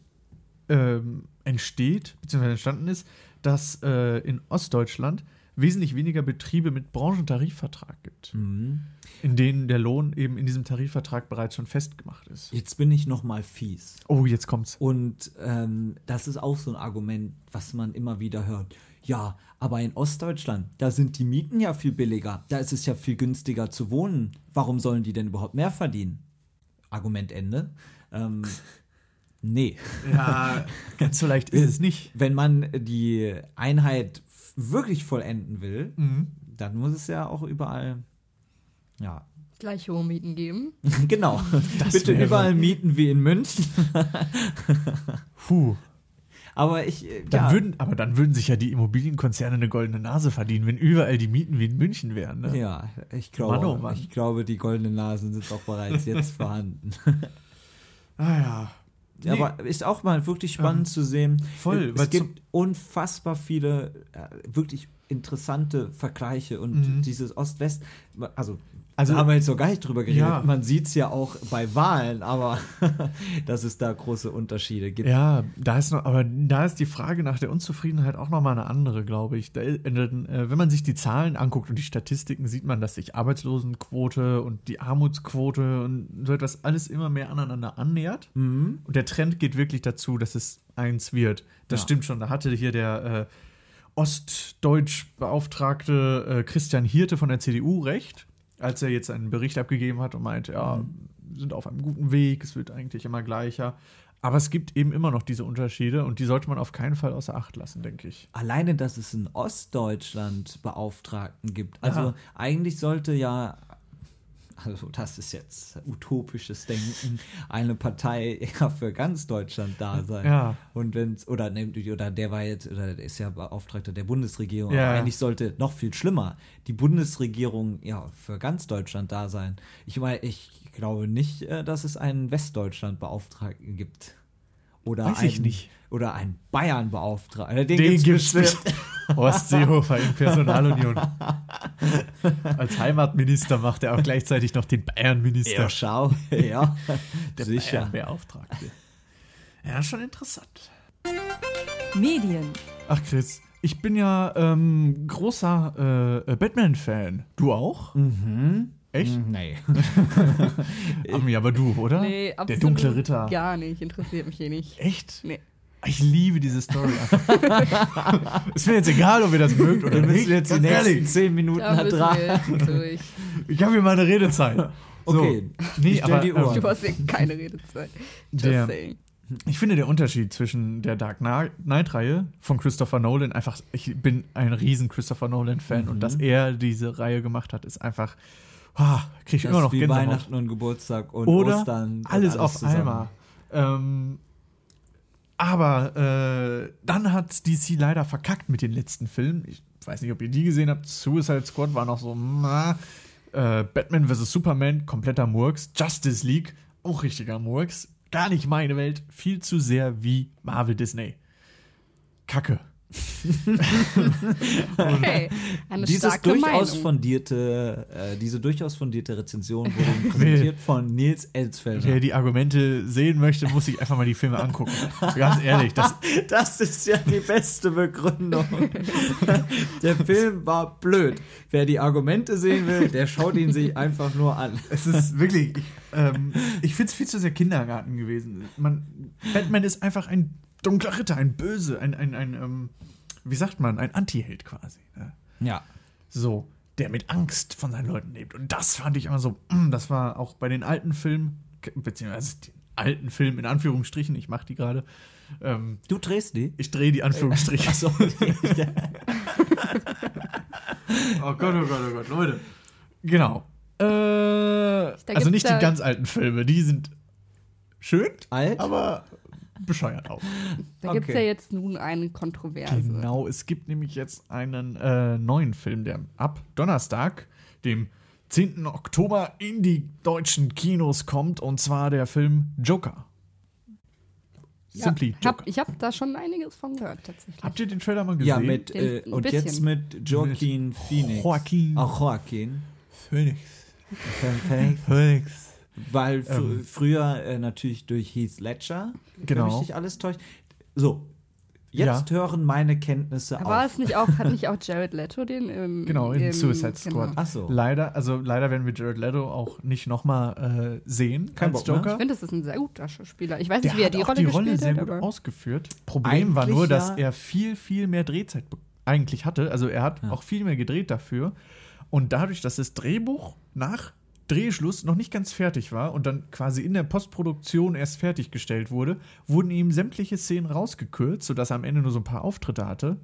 [SPEAKER 1] ähm, entsteht, beziehungsweise entstanden ist, dass äh, in Ostdeutschland wesentlich weniger Betriebe mit Branchentarifvertrag gibt,
[SPEAKER 2] Mhm.
[SPEAKER 1] in denen der Lohn eben in diesem Tarifvertrag bereits schon festgemacht ist.
[SPEAKER 2] Jetzt bin ich nochmal fies.
[SPEAKER 1] Oh, jetzt kommt's.
[SPEAKER 2] Und ähm, das ist auch so ein Argument, was man immer wieder hört. Ja, aber in Ostdeutschland, da sind die Mieten ja viel billiger. Da ist es ja viel günstiger zu wohnen. Warum sollen die denn überhaupt mehr verdienen? Argument Ende.
[SPEAKER 1] (laughs)
[SPEAKER 2] Ähm, nee.
[SPEAKER 1] Ja, (laughs) ganz so leicht ist es nicht.
[SPEAKER 2] Wenn man die Einheit f- wirklich vollenden will,
[SPEAKER 1] Mhm.
[SPEAKER 2] dann muss es ja auch überall. Ja, (laughs)
[SPEAKER 4] gleich hohe Mieten geben.
[SPEAKER 2] genau. Bitte
[SPEAKER 1] wäre-
[SPEAKER 2] überall mieten wie in München.
[SPEAKER 1] Puh.
[SPEAKER 2] Aber ich. äh,
[SPEAKER 1] Dann
[SPEAKER 2] ja.
[SPEAKER 1] würden, aber dann würden sich ja die Immobilienkonzerne eine goldene Nase verdienen, wenn überall die Mieten wie in München wären. Ne?
[SPEAKER 2] Ja, ich glaube,
[SPEAKER 1] Mann, oh Mann.
[SPEAKER 2] ich glaube, die goldenen Nasen sind auch
[SPEAKER 1] (laughs)
[SPEAKER 2] bereits jetzt vorhanden.
[SPEAKER 1] Ah ja. Nee. Ähm,
[SPEAKER 2] Aber ist auch mal wirklich spannend zu sehen.
[SPEAKER 1] voll,
[SPEAKER 2] Es
[SPEAKER 1] weil
[SPEAKER 2] gibt unfassbar viele äh, wirklich interessante Vergleiche und dieses Ost-West, also, also
[SPEAKER 1] Mhm. Also-
[SPEAKER 2] haben wir jetzt noch gar nicht drüber geredet.
[SPEAKER 1] Ja.
[SPEAKER 2] Man sieht es ja auch bei Wahlen, aber (laughs) dass es da große Unterschiede gibt.
[SPEAKER 1] Ja, da ist noch, aber da ist die Frage nach der Unzufriedenheit auch nochmal eine andere, glaube ich. Da, äh, wenn man sich die Zahlen anguckt und die Statistiken, sieht man, dass sich Arbeitslosenquote und die Armutsquote und so etwas alles immer mehr aneinander annähert.
[SPEAKER 2] Mhm.
[SPEAKER 1] Und der Trend geht wirklich dazu, dass es eins wird. Das
[SPEAKER 2] Ja.
[SPEAKER 1] stimmt schon. Da hatte hier der äh, Ostdeutsch-Beauftragte äh, Christian Hirte von der CDU recht, als er jetzt einen Bericht abgegeben hat und meint, ja, sind auf einem guten Weg, es wird eigentlich immer gleicher. Aber es gibt eben immer noch diese Unterschiede und die sollte man auf keinen Fall außer Acht lassen, denke ich.
[SPEAKER 2] Alleine, dass es in Ostdeutschland Beauftragten gibt. Also
[SPEAKER 1] Ja.
[SPEAKER 2] eigentlich sollte ja, also das ist jetzt utopisches Denken, eine Partei ja für ganz Deutschland da sein.
[SPEAKER 1] Ja.
[SPEAKER 2] Und wenn's, oder ne, oder der war jetzt, oder der ist ja Beauftragter der Bundesregierung.
[SPEAKER 1] Ja.
[SPEAKER 2] Aber eigentlich sollte noch viel schlimmer die Bundesregierung ja für ganz Deutschland da sein. Ich meine, ich glaube nicht, äh, dass es einen Westdeutschland-Beauftragten gibt. Oder
[SPEAKER 1] Weiß ich
[SPEAKER 2] einen-
[SPEAKER 1] nicht.
[SPEAKER 2] Oder einen Bayern-Beauftragten. Den,
[SPEAKER 1] Den
[SPEAKER 2] gibt's
[SPEAKER 1] gibt's
[SPEAKER 2] bestimmt.
[SPEAKER 1] bestimmt. Horst Seehofer in Personalunion. Als Heimatminister macht er auch gleichzeitig noch den Bayernminister.
[SPEAKER 2] Ja, schau. (laughs) ja, sicher.
[SPEAKER 1] Beauftragte. Ja, schon interessant.
[SPEAKER 3] Medien.
[SPEAKER 1] Ach, Chris, ich bin ja ähm, großer äh, äh, Batman-Fan. Du auch?
[SPEAKER 2] Mhm.
[SPEAKER 1] Echt?
[SPEAKER 2] Hm? Nee.
[SPEAKER 1] Ami, aber du, oder?
[SPEAKER 4] Nee,
[SPEAKER 1] Der
[SPEAKER 4] absolut
[SPEAKER 1] dunkle Ritter.
[SPEAKER 4] Gar nicht, interessiert mich hier nicht.
[SPEAKER 1] Echt?
[SPEAKER 4] Nee.
[SPEAKER 1] Ich liebe diese Story einfach. (laughs) Ist mir jetzt egal, ob ihr das mögt oder
[SPEAKER 2] Wir
[SPEAKER 1] nicht.
[SPEAKER 2] müssen jetzt die
[SPEAKER 1] Ganz
[SPEAKER 2] nächsten
[SPEAKER 1] ehrlich,
[SPEAKER 2] zehn Minuten
[SPEAKER 4] Da
[SPEAKER 2] da
[SPEAKER 4] müssen wir
[SPEAKER 2] dran.
[SPEAKER 4] jetzt durch.
[SPEAKER 1] Ich habe hier meine Redezeit.
[SPEAKER 2] (laughs)
[SPEAKER 1] So,
[SPEAKER 2] Okay,
[SPEAKER 1] Nee,
[SPEAKER 2] ich stell
[SPEAKER 1] aber,
[SPEAKER 2] die Uhr.
[SPEAKER 1] ähm,
[SPEAKER 4] Du hast hier keine Redezeit. Just
[SPEAKER 1] Der-
[SPEAKER 4] saying.
[SPEAKER 1] Ich finde der Unterschied zwischen der Dark Knight-Reihe von Christopher Nolan einfach, ich bin ein riesen Christopher Nolan-Fan
[SPEAKER 2] Mhm.
[SPEAKER 1] und dass er diese Reihe gemacht hat, ist einfach, ah, kriege ich
[SPEAKER 2] Das
[SPEAKER 1] immer noch
[SPEAKER 2] wie
[SPEAKER 1] Gänsehaut.
[SPEAKER 2] Weihnachten und Geburtstag und
[SPEAKER 1] Oder
[SPEAKER 2] Ostern. und
[SPEAKER 1] alles, auf
[SPEAKER 2] zusammen.
[SPEAKER 1] einmal. Ähm, aber äh, dann hat DC leider verkackt mit den letzten Filmen. Ich weiß nicht, ob ihr die gesehen habt. Suicide Squad war noch so, na, äh, Batman vs. Superman, kompletter Murks. Justice League, auch richtiger Murks. Gar nicht meine Welt. Viel zu sehr wie Marvel Disney. Kacke.
[SPEAKER 4] Okay, eine
[SPEAKER 2] Dieses
[SPEAKER 4] starke
[SPEAKER 2] durchaus
[SPEAKER 4] Meinung.
[SPEAKER 2] fundierte, äh, diese durchaus fundierte Rezension wurde
[SPEAKER 1] (laughs)
[SPEAKER 2] Ihnen präsentiert von Nils
[SPEAKER 1] Wer
[SPEAKER 2] Elsfelder.
[SPEAKER 1] die Argumente sehen möchte, muss sich einfach mal die Filme angucken. Ganz ehrlich, das
[SPEAKER 2] Das ist ja die beste
[SPEAKER 1] (laughs)
[SPEAKER 2] Begründung. der Film war blöd. Wer die Argumente sehen will, der schaut ihn sich einfach nur an.
[SPEAKER 1] Es ist wirklich, ich, ähm, ich finde es viel zu sehr Kindergarten gewesen. Man, Batman ist einfach ein dunkler Ritter, ein Böse, ein, ein, ein ähm, wie sagt man, ein Anti-Held quasi. Ne?
[SPEAKER 2] Ja.
[SPEAKER 1] So, der mit Angst von seinen Leuten lebt. Und das fand ich immer so, mm, das war auch bei den alten Filmen, k- beziehungsweise den alten Filmen in Anführungsstrichen, ich mache die gerade, ähm,
[SPEAKER 2] Du
[SPEAKER 1] (laughs)
[SPEAKER 2] drehst die?
[SPEAKER 1] ich drehe die Anführungsstriche.
[SPEAKER 2] Achso.
[SPEAKER 1] (laughs) Oh Gott, oh Gott, oh Gott, Leute. Genau. Äh, also
[SPEAKER 4] gibt's
[SPEAKER 1] nicht
[SPEAKER 4] ja-
[SPEAKER 1] die ganz alten Filme, die sind schön,
[SPEAKER 2] Alt?
[SPEAKER 1] aber bescheuert auch.
[SPEAKER 4] Da gibt es
[SPEAKER 2] Okay.
[SPEAKER 4] ja jetzt nun eine Kontroverse.
[SPEAKER 1] Genau, es gibt nämlich jetzt einen äh, neuen Film, der ab Donnerstag, dem 10. Oktober, in die deutschen Kinos kommt, und zwar der Film Joker.
[SPEAKER 4] Ja,
[SPEAKER 1] Simply Joker.
[SPEAKER 4] Hab, ich habe da schon einiges von gehört, tatsächlich.
[SPEAKER 1] Habt ihr den Trailer mal gesehen?
[SPEAKER 2] Ja, mit, äh,
[SPEAKER 4] Ein
[SPEAKER 2] und
[SPEAKER 4] bisschen.
[SPEAKER 2] jetzt mit Joaquin Phoenix.
[SPEAKER 1] Joaquin.
[SPEAKER 2] Auch Joaquin.
[SPEAKER 1] Phoenix.
[SPEAKER 2] Phoenix.
[SPEAKER 1] Phoenix.
[SPEAKER 2] (laughs) Weil fr
[SPEAKER 1] Ähm.
[SPEAKER 2] früher äh, natürlich durch Heath Ledger,
[SPEAKER 1] Genau.
[SPEAKER 2] wenn mich nicht alles täuscht. So, jetzt hören meine Kenntnisse
[SPEAKER 4] Aber war
[SPEAKER 2] auf.
[SPEAKER 4] es nicht auch, hat nicht auch Jared Leto den im,
[SPEAKER 1] Genau, in
[SPEAKER 4] im-
[SPEAKER 1] Suicide Squad.
[SPEAKER 4] Genau.
[SPEAKER 2] Ach so.
[SPEAKER 1] Leider, also leider werden wir Jared Leto auch nicht nochmal äh, sehen
[SPEAKER 2] Kein
[SPEAKER 1] als
[SPEAKER 2] Bock, ne?
[SPEAKER 1] Joker.
[SPEAKER 4] Ich finde, das ist ein sehr guter Schauspieler. Ich weiß
[SPEAKER 1] Der
[SPEAKER 4] nicht, wie er
[SPEAKER 1] hat
[SPEAKER 4] die
[SPEAKER 1] auch
[SPEAKER 4] Rolle
[SPEAKER 1] die
[SPEAKER 4] gespielt
[SPEAKER 1] Rolle sehr
[SPEAKER 4] hat,
[SPEAKER 1] gut
[SPEAKER 4] aber
[SPEAKER 1] ausgeführt. Problem war
[SPEAKER 2] Eigentlich
[SPEAKER 1] nur, dass
[SPEAKER 2] ja-
[SPEAKER 1] er viel, viel mehr Drehzeit be- eigentlich hatte. Also er hat auch viel mehr gedreht dafür. Und dadurch, dass das Drehbuch nach Drehschluss noch nicht ganz fertig war und dann quasi in der Postproduktion erst fertiggestellt wurde, wurden ihm sämtliche Szenen rausgekürzt, sodass er am Ende nur so ein paar Auftritte hatte.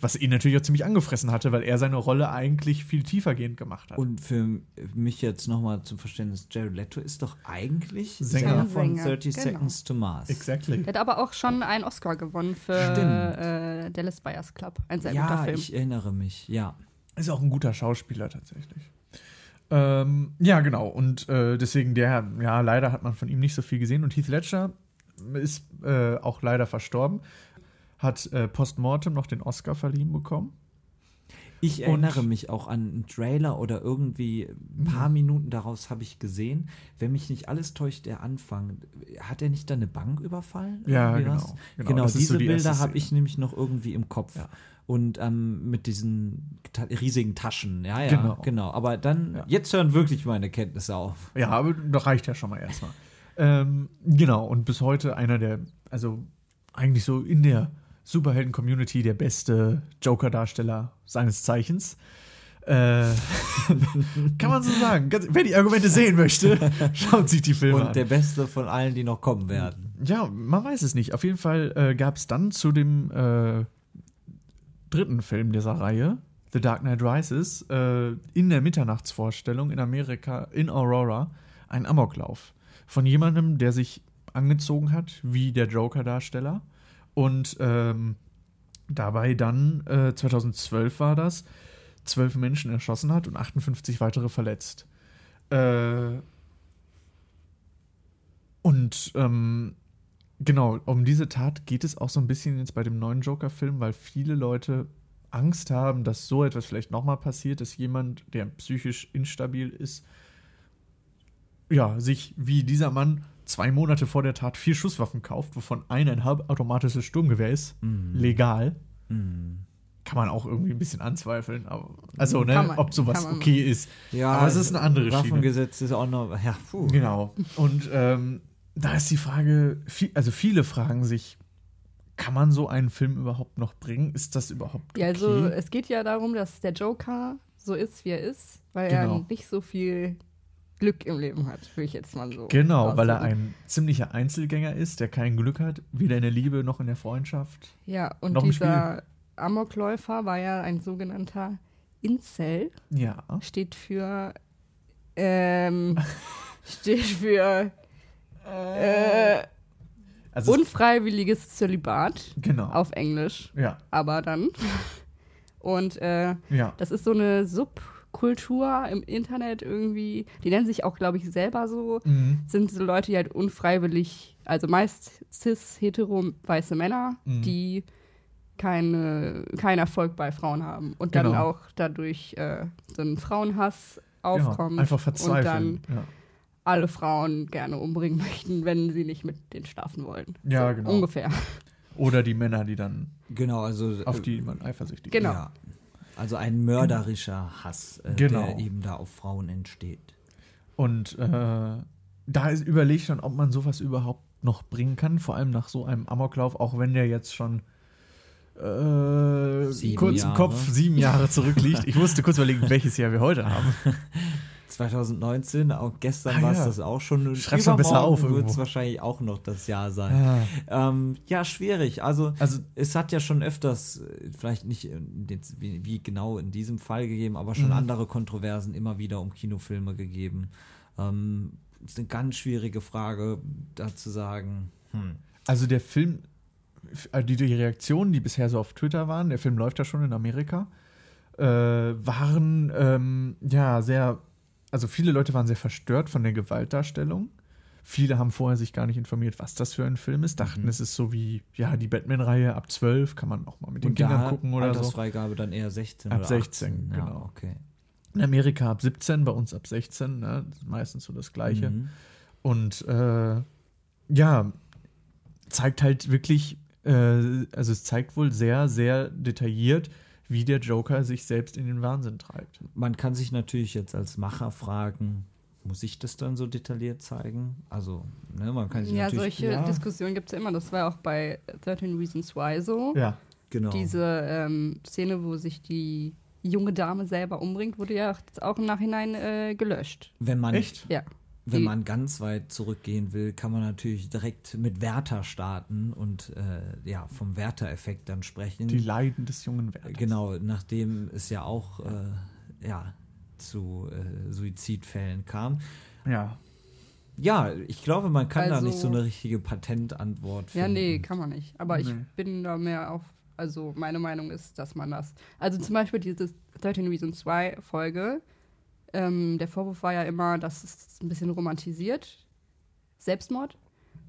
[SPEAKER 1] Was ihn natürlich auch ziemlich angefressen hatte, weil er seine Rolle eigentlich viel tiefergehend gemacht hat.
[SPEAKER 2] Und für mich jetzt nochmal zum Verständnis, Jared Leto ist doch eigentlich
[SPEAKER 1] Sänger.
[SPEAKER 2] Sänger, von
[SPEAKER 4] Sänger,
[SPEAKER 2] 30
[SPEAKER 4] genau.
[SPEAKER 2] Seconds to Mars.
[SPEAKER 1] exactly.
[SPEAKER 4] er hat aber auch schon einen Oscar gewonnen für
[SPEAKER 2] Stimmt.
[SPEAKER 4] äh, Dallas Buyers Club. Ein sehr guter
[SPEAKER 2] Ja,
[SPEAKER 4] Film.
[SPEAKER 2] ich erinnere mich, ja.
[SPEAKER 1] Ist auch ein guter Schauspieler tatsächlich. Ähm, ja, genau. Und äh, deswegen der, ja, leider hat man von ihm nicht so viel gesehen. Und Heath Ledger ist äh, auch leider verstorben. Hat äh, postmortem noch den Oscar verliehen bekommen.
[SPEAKER 2] Ich erinnere mich auch an einen Trailer oder irgendwie ein paar
[SPEAKER 1] Mhm.
[SPEAKER 2] Minuten daraus habe ich gesehen. Wenn mich nicht alles täuscht, der Anfang, hat er nicht da eine Bank überfallen?
[SPEAKER 1] Ja,
[SPEAKER 2] Irgendwie
[SPEAKER 1] genau,
[SPEAKER 2] was?
[SPEAKER 1] genau.
[SPEAKER 2] Genau,
[SPEAKER 1] Das ist so
[SPEAKER 2] diese
[SPEAKER 1] die erste
[SPEAKER 2] Bilder habe ich
[SPEAKER 1] Szene.
[SPEAKER 2] nämlich noch irgendwie im Kopf. Und ähm, mit diesen ta riesigen Taschen. Ja, ja,
[SPEAKER 1] Genau.
[SPEAKER 2] genau. Aber dann,
[SPEAKER 1] Ja.
[SPEAKER 2] jetzt hören wirklich meine Kenntnisse auf.
[SPEAKER 1] Ja, aber das reicht ja schon mal erstmal. ähm, genau, und bis heute einer der, also eigentlich so in der Superhelden-Community der beste Joker-Darsteller seines Zeichens. Äh, (laughs) kann man so sagen. Ganz, wer die Argumente sehen möchte, (laughs) schaut sich die Filme
[SPEAKER 2] Und der
[SPEAKER 1] an.
[SPEAKER 2] beste von allen, die noch kommen werden.
[SPEAKER 1] Ja, man weiß es nicht. Auf jeden Fall äh, gab es dann zu dem äh, dritten Film dieser Reihe, The Dark Knight Rises, äh, in der Mitternachtsvorstellung in Amerika, in Aurora, einen Amoklauf. Von jemandem, der sich angezogen hat, wie der Joker-Darsteller. Und ähm, dabei dann, äh, 2012 war das, zwölf Menschen erschossen hat und 58 weitere verletzt. Äh, und ähm, genau, um diese Tat geht es auch so ein bisschen jetzt bei dem neuen Joker-Film, weil viele Leute Angst haben, dass so etwas vielleicht nochmal passiert, dass jemand, der psychisch instabil ist, ja, sich wie dieser Mann zwei Monate vor der Tat vier Schusswaffen kauft, wovon eine ein halbautomatisches Sturmgewehr ist,
[SPEAKER 4] Mhm.
[SPEAKER 1] legal. Kann man auch irgendwie ein bisschen anzweifeln, aber, also, ne,
[SPEAKER 4] Mhm. Kann man,
[SPEAKER 1] ob sowas
[SPEAKER 4] kann man
[SPEAKER 1] okay ist. Mhm. aber es ist eine andere Schiene.
[SPEAKER 2] Waffengesetz ist auch noch. Ja, puh.
[SPEAKER 1] Genau. Und ähm, da ist die Frage, viel, also viele fragen sich, kann man so einen Film überhaupt noch bringen? Ist das überhaupt okay?
[SPEAKER 4] Ja, also es geht ja darum, dass der Joker so ist, wie er ist, weil
[SPEAKER 1] Genau.
[SPEAKER 4] er nicht so viel Glück im Leben hat, würde ich jetzt mal so.
[SPEAKER 1] genau, weil er
[SPEAKER 4] ausdrücken.
[SPEAKER 1] ein ziemlicher Einzelgänger ist, der kein Glück hat, weder in der Liebe noch in der Freundschaft.
[SPEAKER 4] Ja, und
[SPEAKER 1] noch ein
[SPEAKER 4] dieser Amokläufer war ja ein sogenannter Incel,
[SPEAKER 1] Ja.
[SPEAKER 4] steht für
[SPEAKER 1] (laughs)
[SPEAKER 4] ähm, steht für äh,
[SPEAKER 1] Also es-
[SPEAKER 4] unfreiwilliges Zölibat
[SPEAKER 1] genau.
[SPEAKER 4] auf Englisch,
[SPEAKER 1] ja,
[SPEAKER 4] aber dann. Und äh,
[SPEAKER 1] ja.
[SPEAKER 4] Das ist so eine Subkultur im Internet irgendwie. Die nennen sich auch, glaube ich, selber so.
[SPEAKER 1] Mhm.
[SPEAKER 4] Sind so Leute, die halt unfreiwillig, also meist cis, hetero, weiße Männer,
[SPEAKER 1] Mhm.
[SPEAKER 4] die keine, keinen Erfolg bei Frauen haben. Und dann
[SPEAKER 1] Genau.
[SPEAKER 4] auch dadurch äh, so einen Frauenhass
[SPEAKER 1] ja.
[SPEAKER 4] aufkommt.
[SPEAKER 1] Einfach
[SPEAKER 4] und dann
[SPEAKER 1] verzweifeln. Ja.
[SPEAKER 4] alle Frauen gerne umbringen (laughs) möchten, wenn sie nicht mit denen schlafen wollen.
[SPEAKER 1] Ja,
[SPEAKER 4] so,
[SPEAKER 1] genau.
[SPEAKER 4] Ungefähr.
[SPEAKER 1] Oder die Männer, die dann,
[SPEAKER 2] Genau, also.
[SPEAKER 1] auf
[SPEAKER 2] äh,
[SPEAKER 1] die man eifersüchtig
[SPEAKER 4] Genau.
[SPEAKER 2] Ja. Also ein mörderischer Hass, äh,
[SPEAKER 1] Genau.
[SPEAKER 2] der eben da auf Frauen entsteht.
[SPEAKER 1] Und äh, da ist überlegt dann, ob man sowas überhaupt noch bringen kann, vor allem nach so einem Amoklauf, auch wenn der jetzt schon äh,
[SPEAKER 2] Sieben
[SPEAKER 1] kurz im
[SPEAKER 2] Jahre.
[SPEAKER 1] Kopf sieben Jahre zurückliegt. Ich musste kurz überlegen, welches Jahr wir heute haben.
[SPEAKER 2] 2019, auch gestern
[SPEAKER 1] Ah,
[SPEAKER 2] war es
[SPEAKER 1] ja.
[SPEAKER 2] das auch schon. und
[SPEAKER 1] Schreib's mal besser
[SPEAKER 2] übermorgen
[SPEAKER 1] auf irgendwo.
[SPEAKER 2] wird's wahrscheinlich auch noch das Jahr sein. Ähm, ja, schwierig. Also,
[SPEAKER 1] Also-
[SPEAKER 2] es hat ja schon öfters, äh, vielleicht nicht in jetzt, wie, wie genau in diesem Fall gegeben, aber
[SPEAKER 1] Mhm.
[SPEAKER 2] schon andere Kontroversen immer wieder um Kinofilme gegeben. Ähm, ist eine ganz schwierige Frage, da zu sagen. Hm.
[SPEAKER 1] Also der Film, also die, die Reaktionen, die bisher so auf Twitter waren, der Film läuft ja schon in Amerika, äh, waren ähm, ja sehr, also viele Leute waren sehr verstört von der Gewaltdarstellung. Viele haben vorher sich gar nicht informiert, was das für ein Film ist, dachten, es ist so wie, ja, die Batman-Reihe ab 12, kann man auch mal mit den Kindern gucken oder so.
[SPEAKER 2] Altersfreigabe dann eher 16
[SPEAKER 1] Ab
[SPEAKER 2] oder
[SPEAKER 1] 16,
[SPEAKER 2] 18. Ja,
[SPEAKER 1] genau.
[SPEAKER 2] okay.
[SPEAKER 1] In Amerika ab 17, bei uns ab 16, ne? Das ist meistens so das Gleiche.
[SPEAKER 2] Mhm.
[SPEAKER 1] Und äh, ja, zeigt halt wirklich, äh, also es zeigt wohl sehr, sehr detailliert, wie der Joker sich selbst in den Wahnsinn treibt.
[SPEAKER 2] Man kann sich natürlich jetzt als Macher fragen, muss ich das dann so detailliert zeigen? Also, ne, man kann sich
[SPEAKER 4] Ja,
[SPEAKER 2] natürlich.
[SPEAKER 4] solche Diskussionen gibt es ja immer. Das war auch bei 13 Reasons Why so.
[SPEAKER 1] Ja.
[SPEAKER 2] genau.
[SPEAKER 4] Diese ähm, Szene, wo sich die junge Dame selber umbringt, wurde ja jetzt auch im Nachhinein äh, gelöscht.
[SPEAKER 2] wenn man,
[SPEAKER 1] Echt?
[SPEAKER 4] Ja.
[SPEAKER 2] wenn
[SPEAKER 4] Die-
[SPEAKER 2] man ganz weit zurückgehen will, kann man natürlich direkt mit Werther starten und äh, ja, vom Werther-Effekt dann sprechen.
[SPEAKER 1] Die Leiden des jungen Werthers.
[SPEAKER 2] Genau, nachdem es ja auch äh, ja, zu äh, Suizidfällen kam.
[SPEAKER 1] Ja.
[SPEAKER 2] Ja, ich glaube, man kann da
[SPEAKER 4] Also-
[SPEAKER 2] nicht so eine richtige Patentantwort
[SPEAKER 4] Ja,
[SPEAKER 2] finden.
[SPEAKER 4] nee, kann man nicht. Aber ich
[SPEAKER 1] Nee.
[SPEAKER 4] bin da mehr auf. Also, meine Meinung ist, dass man das. Also, zum Beispiel diese 13 Reasons Why Folge. Ähm, der Vorwurf war ja immer, dass es ein bisschen romantisiert. Selbstmord.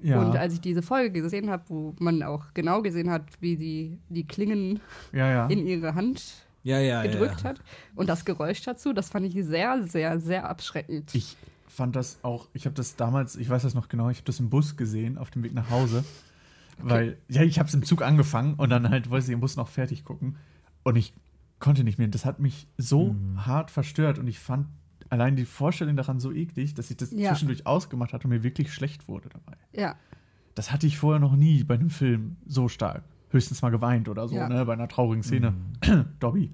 [SPEAKER 1] Ja.
[SPEAKER 4] Und als ich diese Folge gesehen habe, wo man auch genau gesehen hat, wie die, die Klingen
[SPEAKER 1] ja, ja.
[SPEAKER 4] in ihre Hand
[SPEAKER 2] Ja, Ah, ja,
[SPEAKER 4] gedrückt
[SPEAKER 2] ja.
[SPEAKER 4] hat und das Geräusch dazu, das fand ich sehr, sehr, sehr abschreckend.
[SPEAKER 1] Ich fand das auch, ich habe das damals, ich weiß das noch genau, ich habe das im Bus gesehen, auf dem Weg nach Hause. Weil, ja, ich habe es im Zug angefangen und dann halt wollte ich im Bus noch fertig gucken. Und ich konnte nicht mehr. Das hat mich so hart verstört und ich fand allein die Vorstellung daran so eklig, dass ich das
[SPEAKER 4] Ja.
[SPEAKER 1] zwischendurch ausgemacht hatte und mir wirklich schlecht wurde dabei.
[SPEAKER 4] ja,
[SPEAKER 1] Das hatte ich vorher noch nie bei einem Film so stark. Höchstens mal geweint oder so, (clears throat)
[SPEAKER 4] Ja.
[SPEAKER 1] ne? Bei einer traurigen Szene. Dobby.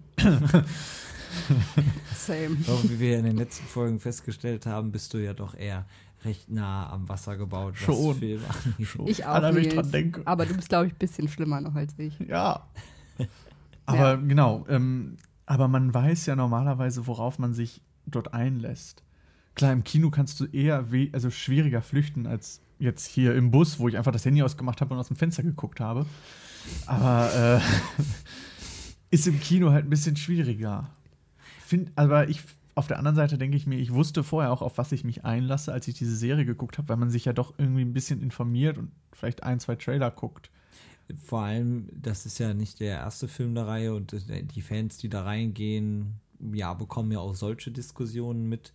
[SPEAKER 4] Same.
[SPEAKER 2] Doch, wie wir in den letzten Folgen festgestellt haben, bist du ja doch eher recht nah am Wasser gebaut, was
[SPEAKER 1] Schon.
[SPEAKER 2] Film angeht.
[SPEAKER 4] Ich auch.
[SPEAKER 1] Allein, wenn ich
[SPEAKER 4] Nils.
[SPEAKER 1] dran denke.
[SPEAKER 4] Aber du bist, glaube ich, ein bisschen schlimmer noch als ich.
[SPEAKER 1] Ja. Aber genau, ähm, aber man weiß ja normalerweise, worauf man sich dort einlässt. Klar, im Kino kannst du eher we also schwieriger flüchten als jetzt hier im Bus, wo ich einfach das Handy ausgemacht habe und aus dem Fenster geguckt habe. Aber äh, (laughs) ist im Kino halt ein bisschen schwieriger. Find, aber ich auf der anderen Seite denke ich mir, ich wusste vorher auch, auf was ich mich einlasse, als ich diese Serie geguckt habe, weil man sich ja doch irgendwie ein bisschen informiert und vielleicht ein, zwei Trailer guckt.
[SPEAKER 2] Vor allem, das ist ja nicht der erste Film der Reihe und die Fans, die da reingehen, ja, bekommen ja auch solche Diskussionen mit.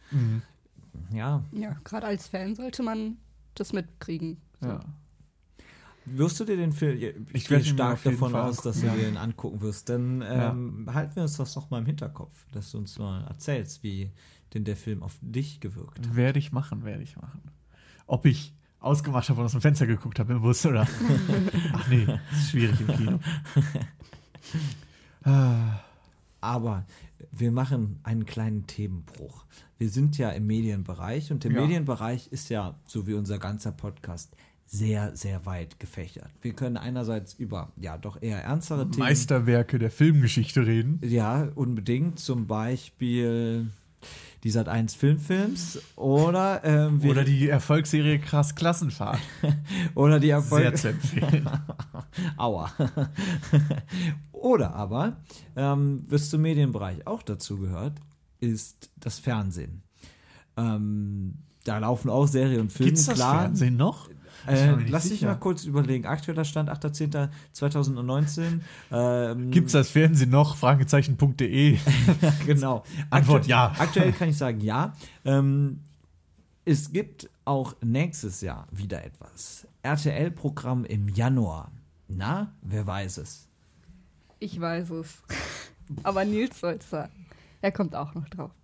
[SPEAKER 2] Ja.
[SPEAKER 4] Ja, gerade als Fan sollte man das mitkriegen.
[SPEAKER 1] Ja.
[SPEAKER 2] Wirst du dir den Film,
[SPEAKER 1] Ich
[SPEAKER 2] ich gehe
[SPEAKER 1] werde ihn mir
[SPEAKER 2] stark
[SPEAKER 1] auf jeden
[SPEAKER 2] davon
[SPEAKER 1] Fall
[SPEAKER 2] aus, dass du dir den angucken wirst, dann
[SPEAKER 1] Ja.
[SPEAKER 2] ähm, halten wir uns das noch mal im Hinterkopf, dass du uns mal erzählst, wie denn der Film auf dich gewirkt hat.
[SPEAKER 1] Werde ich machen, werde ich machen. Ob ich ausgemacht habe und aus dem Fenster geguckt habe im Bus (laughs) oder. Ach nee, ist schwierig im Kino. (laughs) Ah,
[SPEAKER 2] Aber wir machen einen kleinen Themenbruch. Wir sind ja im Medienbereich und der
[SPEAKER 1] Ja.
[SPEAKER 2] Medienbereich ist ja, so wie unser ganzer Podcast, sehr, sehr weit gefächert. Wir können einerseits über ja doch eher ernstere Themen.
[SPEAKER 1] Meisterwerke der Filmgeschichte reden.
[SPEAKER 2] Ja, unbedingt. Zum Beispiel die Sat 1 Filmfilms oder, ähm, wir-
[SPEAKER 1] Oder die Erfolgsserie Krass Klassenfahrt.
[SPEAKER 2] oder die
[SPEAKER 1] Sehr
[SPEAKER 2] Erfolg.
[SPEAKER 1] zu empfehlen.
[SPEAKER 2] Aua. (laughs) Oder aber, ähm, was zum Medienbereich auch dazu gehört, ist das Fernsehen. Ähm, da laufen auch Serien und Filme,
[SPEAKER 1] (laughs) Gibt's das
[SPEAKER 2] klar.
[SPEAKER 1] Fernsehen noch? Ich
[SPEAKER 2] Äh,
[SPEAKER 1] bin mir nicht
[SPEAKER 2] lass dich
[SPEAKER 1] sicher.
[SPEAKER 2] mal kurz überlegen. Aktueller Stand 8.10.2019. Ähm,
[SPEAKER 1] Gibt's das Fernsehen noch? Fragezeichen.de.
[SPEAKER 2] genau.
[SPEAKER 1] Antwort
[SPEAKER 2] Aktu-
[SPEAKER 1] ja. (laughs)
[SPEAKER 2] Aktuell kann ich sagen ja. Ähm, es gibt auch nächstes Jahr wieder etwas. RTL-Programm im Januar. Na, wer weiß es?
[SPEAKER 4] Ich weiß es. (laughs) Aber Nils soll es sagen. Er kommt auch noch drauf.
[SPEAKER 1] (laughs)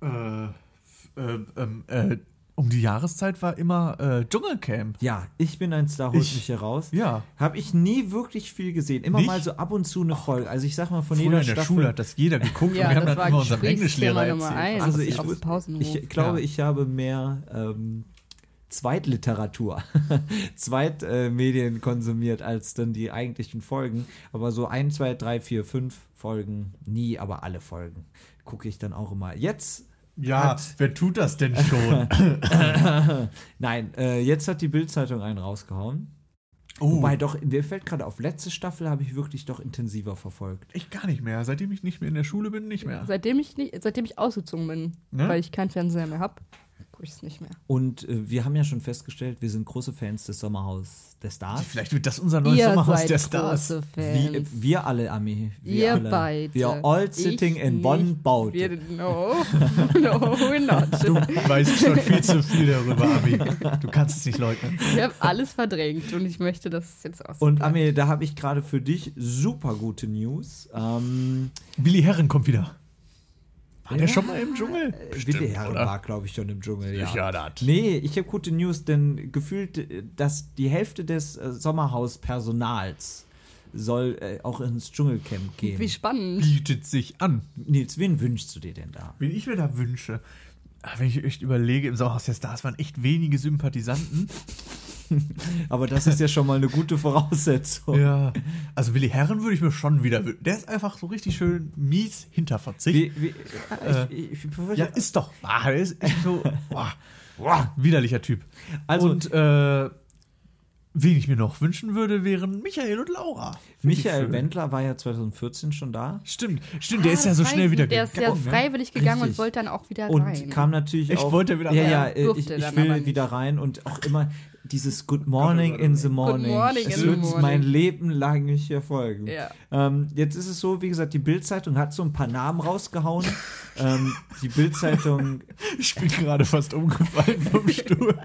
[SPEAKER 1] Äh, f- äh, ähm, äh, um die Jahreszeit war immer äh, Dschungelcamp.
[SPEAKER 2] Ja, ich bin ein Star, holt
[SPEAKER 1] Ich-
[SPEAKER 2] mich hier raus.
[SPEAKER 1] Ja.
[SPEAKER 2] Habe ich nie wirklich viel gesehen. Immer
[SPEAKER 1] Nicht?
[SPEAKER 2] mal so ab und zu eine Folge. Also ich sag mal von
[SPEAKER 1] Früher in
[SPEAKER 2] jeder
[SPEAKER 1] der
[SPEAKER 2] Staffel.
[SPEAKER 1] Schule hat das jeder geguckt
[SPEAKER 4] Ja,
[SPEAKER 1] und wir haben
[SPEAKER 4] das
[SPEAKER 1] dann
[SPEAKER 4] war
[SPEAKER 1] immer unserem
[SPEAKER 4] Gesprächsthema
[SPEAKER 1] Englischlehrer
[SPEAKER 4] Nummer
[SPEAKER 1] erzählt.
[SPEAKER 4] eins.
[SPEAKER 2] Also
[SPEAKER 4] Das
[SPEAKER 2] ich,
[SPEAKER 4] ist auf dem Pausenhof.
[SPEAKER 2] ich glaube, ich habe mehr ähm, Zweitliteratur, (laughs) Zweitmedien äh, Medien konsumiert als dann die eigentlichen Folgen. Aber so ein, zwei, drei, vier, fünf Folgen nie, aber alle Folgen gucke ich dann auch immer. Jetzt
[SPEAKER 1] Ja,
[SPEAKER 2] Hat-
[SPEAKER 1] wer tut das
[SPEAKER 4] (laughs)
[SPEAKER 1] denn schon?
[SPEAKER 2] Nein, äh, jetzt hat die Bildzeitung einen rausgehauen.
[SPEAKER 1] Oh.
[SPEAKER 2] Wobei doch, mir fällt gerade auf, letzte Staffel habe ich wirklich doch intensiver verfolgt.
[SPEAKER 1] ich gar nicht mehr. Seitdem ich nicht mehr in der Schule bin, nicht mehr.
[SPEAKER 4] Seitdem ich, nicht, seitdem ich ausgezogen bin,
[SPEAKER 1] Ne?
[SPEAKER 4] weil ich keinen Fernseher mehr habe, gucke ich es nicht mehr.
[SPEAKER 2] Und äh, wir haben ja schon festgestellt, wir sind große Fans des Sommerhaus der Stars.
[SPEAKER 1] Vielleicht wird das unser neues Sommerhaus der Stars.
[SPEAKER 4] große
[SPEAKER 2] Wie, äh,
[SPEAKER 4] Fans.
[SPEAKER 2] wir alle, Ami. Wir
[SPEAKER 4] Ihr
[SPEAKER 2] alle.
[SPEAKER 4] beide.
[SPEAKER 2] Wir all sitting
[SPEAKER 4] Ich
[SPEAKER 2] in one
[SPEAKER 4] nicht.
[SPEAKER 2] boat.
[SPEAKER 4] Wir, no, (laughs) no,
[SPEAKER 2] (laughs)
[SPEAKER 4] we're not.
[SPEAKER 1] Du weißt schon viel zu viel darüber, Abi. Du kannst es nicht leugnen.
[SPEAKER 4] Ich habe alles verdrängt und ich möchte das jetzt aus.
[SPEAKER 2] Und Ami, da habe ich gerade für dich super gute News. Ähm,
[SPEAKER 1] Willi Herren kommt wieder. War der schon mal im Dschungel?
[SPEAKER 2] Willi Herren war, glaube ich, schon im Dschungel. Ja.
[SPEAKER 1] Ja, das.
[SPEAKER 2] Nee, ich habe gute News, denn gefühlt, äh, dass die Hälfte des äh, Sommerhauspersonals soll äh, auch ins Dschungelcamp gehen.
[SPEAKER 4] Wie spannend.
[SPEAKER 1] Bietet sich an.
[SPEAKER 2] Nils, wen wünschst du dir denn da?
[SPEAKER 1] Wen ich mir da wünsche, ah, wenn ich echt überlege, im Sommerhaus der Stars waren echt wenige Sympathisanten.
[SPEAKER 2] Aber das ist ja schon mal eine gute Voraussetzung.
[SPEAKER 1] Ja. (laughs) Also Willi Herren würde ich mir schon wieder wünschen. Der ist einfach so richtig schön mies hinter Verzicht.
[SPEAKER 2] Wie, wie, äh, ich, ich, ich,
[SPEAKER 1] Ja, ist doch. Ah, der ist echt (laughs) so. boah, boah, widerlicher Typ.
[SPEAKER 2] Also-
[SPEAKER 1] und äh, wen ich mir noch wünschen würde, wären Michael und Laura. Find ich
[SPEAKER 2] Michael
[SPEAKER 1] schön.
[SPEAKER 2] Wendler war ja 2014 schon da.
[SPEAKER 1] Stimmt, stimmt,
[SPEAKER 4] Ah,
[SPEAKER 1] der ist ja so schnell wieder
[SPEAKER 4] Der ist ja
[SPEAKER 1] gegangen, ne?
[SPEAKER 4] freiwillig gegangen
[SPEAKER 2] Richtig.
[SPEAKER 4] und wollte dann auch wieder
[SPEAKER 2] Und
[SPEAKER 4] rein.
[SPEAKER 2] kam natürlich
[SPEAKER 1] Ich
[SPEAKER 2] auch.
[SPEAKER 1] wollte wieder
[SPEAKER 2] ja,
[SPEAKER 1] rein.
[SPEAKER 2] Ja, äh, ich,
[SPEAKER 4] Durfte
[SPEAKER 2] ich
[SPEAKER 4] dann aber
[SPEAKER 2] will
[SPEAKER 4] nicht.
[SPEAKER 2] wieder rein und auch immer dieses Good Morning in the Morning.
[SPEAKER 4] morning
[SPEAKER 2] es
[SPEAKER 4] in the
[SPEAKER 2] wird
[SPEAKER 4] morning.
[SPEAKER 2] mein Leben lang nicht erfolgen.
[SPEAKER 4] Ja.
[SPEAKER 2] Ähm, jetzt ist es so, wie gesagt, die Bild-Zeitung hat so ein paar Namen rausgehauen. ähm, die Bild-Zeitung.
[SPEAKER 1] Ich bin gerade fast umgefallen vom Stuhl.
[SPEAKER 4] (laughs)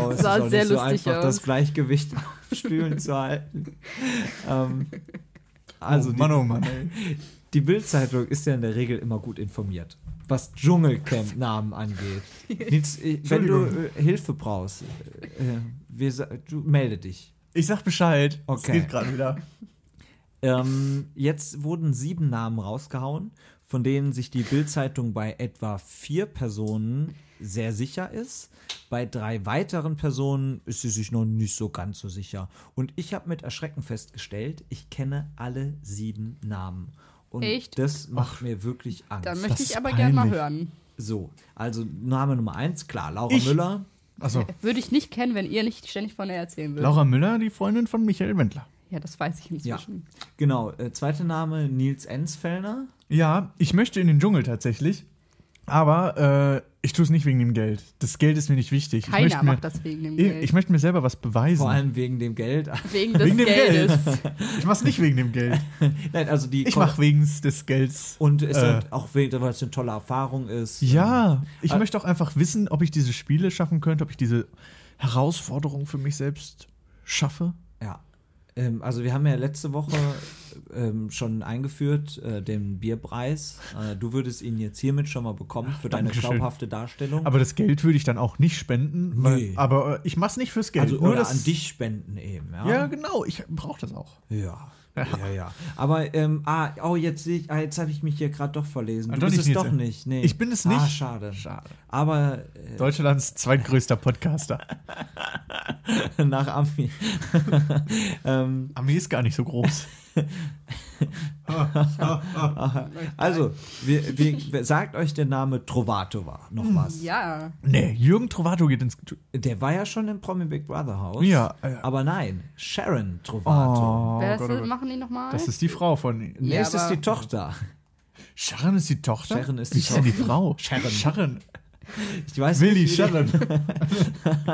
[SPEAKER 2] Oh, es
[SPEAKER 4] Sah
[SPEAKER 2] ist auch
[SPEAKER 4] sehr
[SPEAKER 2] nicht so
[SPEAKER 4] lustig
[SPEAKER 2] einfach,
[SPEAKER 4] aus.
[SPEAKER 2] das Gleichgewicht auf Stühlen zu halten.
[SPEAKER 1] (laughs)
[SPEAKER 2] Ähm, also,
[SPEAKER 1] oh,
[SPEAKER 2] die-
[SPEAKER 1] Mann, oh Mann. ey.
[SPEAKER 2] Die Bild-Zeitung ist ja in der Regel immer gut informiert, was Dschungelcamp-Namen
[SPEAKER 4] (laughs)
[SPEAKER 2] angeht. Nils, äh, wenn du äh, Hilfe brauchst, äh, äh, wir, sa- du, melde dich.
[SPEAKER 1] Ich sag Bescheid. Es
[SPEAKER 2] Okay.
[SPEAKER 1] geht gerade wieder.
[SPEAKER 2] Ähm, jetzt wurden sieben Namen rausgehauen von denen sich die Bild-Zeitung bei etwa vier Personen sehr sicher ist. Bei drei weiteren Personen ist sie sich noch nicht so ganz so sicher. Und ich habe mit Erschrecken festgestellt, ich kenne alle sieben Namen. Und
[SPEAKER 4] Echt?
[SPEAKER 2] das macht mir wirklich Angst.
[SPEAKER 4] Dann möchte
[SPEAKER 1] ist
[SPEAKER 4] ich aber gerne mal
[SPEAKER 1] peinlich.
[SPEAKER 4] hören.
[SPEAKER 2] so, also Name Nummer eins, klar, Laura
[SPEAKER 1] Ich?
[SPEAKER 2] Müller.
[SPEAKER 1] Achso,
[SPEAKER 4] Würde ich nicht kennen, wenn ihr nicht ständig von ihr erzählen würdet.
[SPEAKER 1] Laura Müller, die Freundin von Michael Wendler.
[SPEAKER 4] Ja, das weiß ich
[SPEAKER 2] Ja,
[SPEAKER 4] inzwischen.
[SPEAKER 2] genau. Äh, zweiter Name, Nils Enzfellner.
[SPEAKER 1] Ja, ich möchte in den Dschungel tatsächlich, aber äh, ich tue es nicht wegen dem Geld. Das Geld ist mir nicht wichtig. ich
[SPEAKER 4] Keiner
[SPEAKER 1] möchte mir,
[SPEAKER 4] macht das wegen dem
[SPEAKER 1] Ich,
[SPEAKER 4] Geld.
[SPEAKER 1] ich möchte mir selber was beweisen.
[SPEAKER 2] Vor allem wegen dem Geld. (laughs)
[SPEAKER 4] wegen des
[SPEAKER 1] wegen dem
[SPEAKER 4] Geldes.
[SPEAKER 1] (laughs) Ich mach's nicht wegen dem Geld.
[SPEAKER 2] Nein, also die
[SPEAKER 1] Ich mach wegen des Gelds.
[SPEAKER 2] Und es
[SPEAKER 1] Äh.
[SPEAKER 2] hat auch wegen, weil es eine tolle Erfahrung ist.
[SPEAKER 1] Ja, ich
[SPEAKER 2] Äh,
[SPEAKER 1] möchte auch einfach wissen, ob ich diese Spiele schaffen könnte, ob ich diese Herausforderung für mich selbst schaffe.
[SPEAKER 2] Ja. Ähm, also wir haben ja letzte Woche ähm, schon eingeführt, äh, den Bierpreis. Äh, du würdest ihn jetzt hiermit schon mal bekommen für deine
[SPEAKER 1] Dankeschön.
[SPEAKER 2] glaubhafte Darstellung.
[SPEAKER 1] Aber das Geld würde ich dann auch nicht spenden.
[SPEAKER 2] Nee.
[SPEAKER 1] Weil, aber äh, ich mach's nicht fürs Geld.
[SPEAKER 2] also oder
[SPEAKER 1] das,
[SPEAKER 2] an dich spenden eben, ja.
[SPEAKER 1] Ja, genau. Ich brauche das auch.
[SPEAKER 2] Ja. Ja, ja. Aber, ähm, ah, oh, jetzt sehe ich, ah, jetzt habe ich mich hier gerade doch verlesen.
[SPEAKER 1] Ah,
[SPEAKER 2] Du
[SPEAKER 1] doch
[SPEAKER 2] bist
[SPEAKER 1] nicht,
[SPEAKER 2] es
[SPEAKER 1] Nils.
[SPEAKER 2] doch nicht. Nee.
[SPEAKER 1] Ich bin es nicht.
[SPEAKER 2] Ah, schade.
[SPEAKER 1] Schade.
[SPEAKER 2] Aber äh,
[SPEAKER 1] Deutschlands zweitgrößter Podcaster.
[SPEAKER 2] äh, (laughs) nach Ami. ähm,
[SPEAKER 1] Armee ist gar nicht so groß.
[SPEAKER 2] also, wir, wir, wer sagt euch der Name Trovatova
[SPEAKER 1] Hm,
[SPEAKER 2] noch was?
[SPEAKER 4] Ja,
[SPEAKER 1] Nee, Jürgen Trovato geht ins.
[SPEAKER 2] Der war ja schon im Promi Big Brother Haus.
[SPEAKER 1] Ja, äh,
[SPEAKER 2] aber nein, Sharon Trovato.
[SPEAKER 1] Oh
[SPEAKER 4] wer
[SPEAKER 1] Gott,
[SPEAKER 4] das
[SPEAKER 1] oh
[SPEAKER 4] will,
[SPEAKER 1] Gott.
[SPEAKER 4] machen die nochmal?
[SPEAKER 1] Das ist die Frau von.
[SPEAKER 2] Nee,
[SPEAKER 4] Ja,
[SPEAKER 2] es ist
[SPEAKER 4] aber-
[SPEAKER 2] die Tochter.
[SPEAKER 1] Sharon ist die Tochter?
[SPEAKER 2] Sharon ist die
[SPEAKER 1] Wie denn die Frau.
[SPEAKER 2] Sharon.
[SPEAKER 1] Sharon.
[SPEAKER 2] Ich weiß
[SPEAKER 1] Willi,
[SPEAKER 2] nicht, wie die-
[SPEAKER 1] Sharon. Oh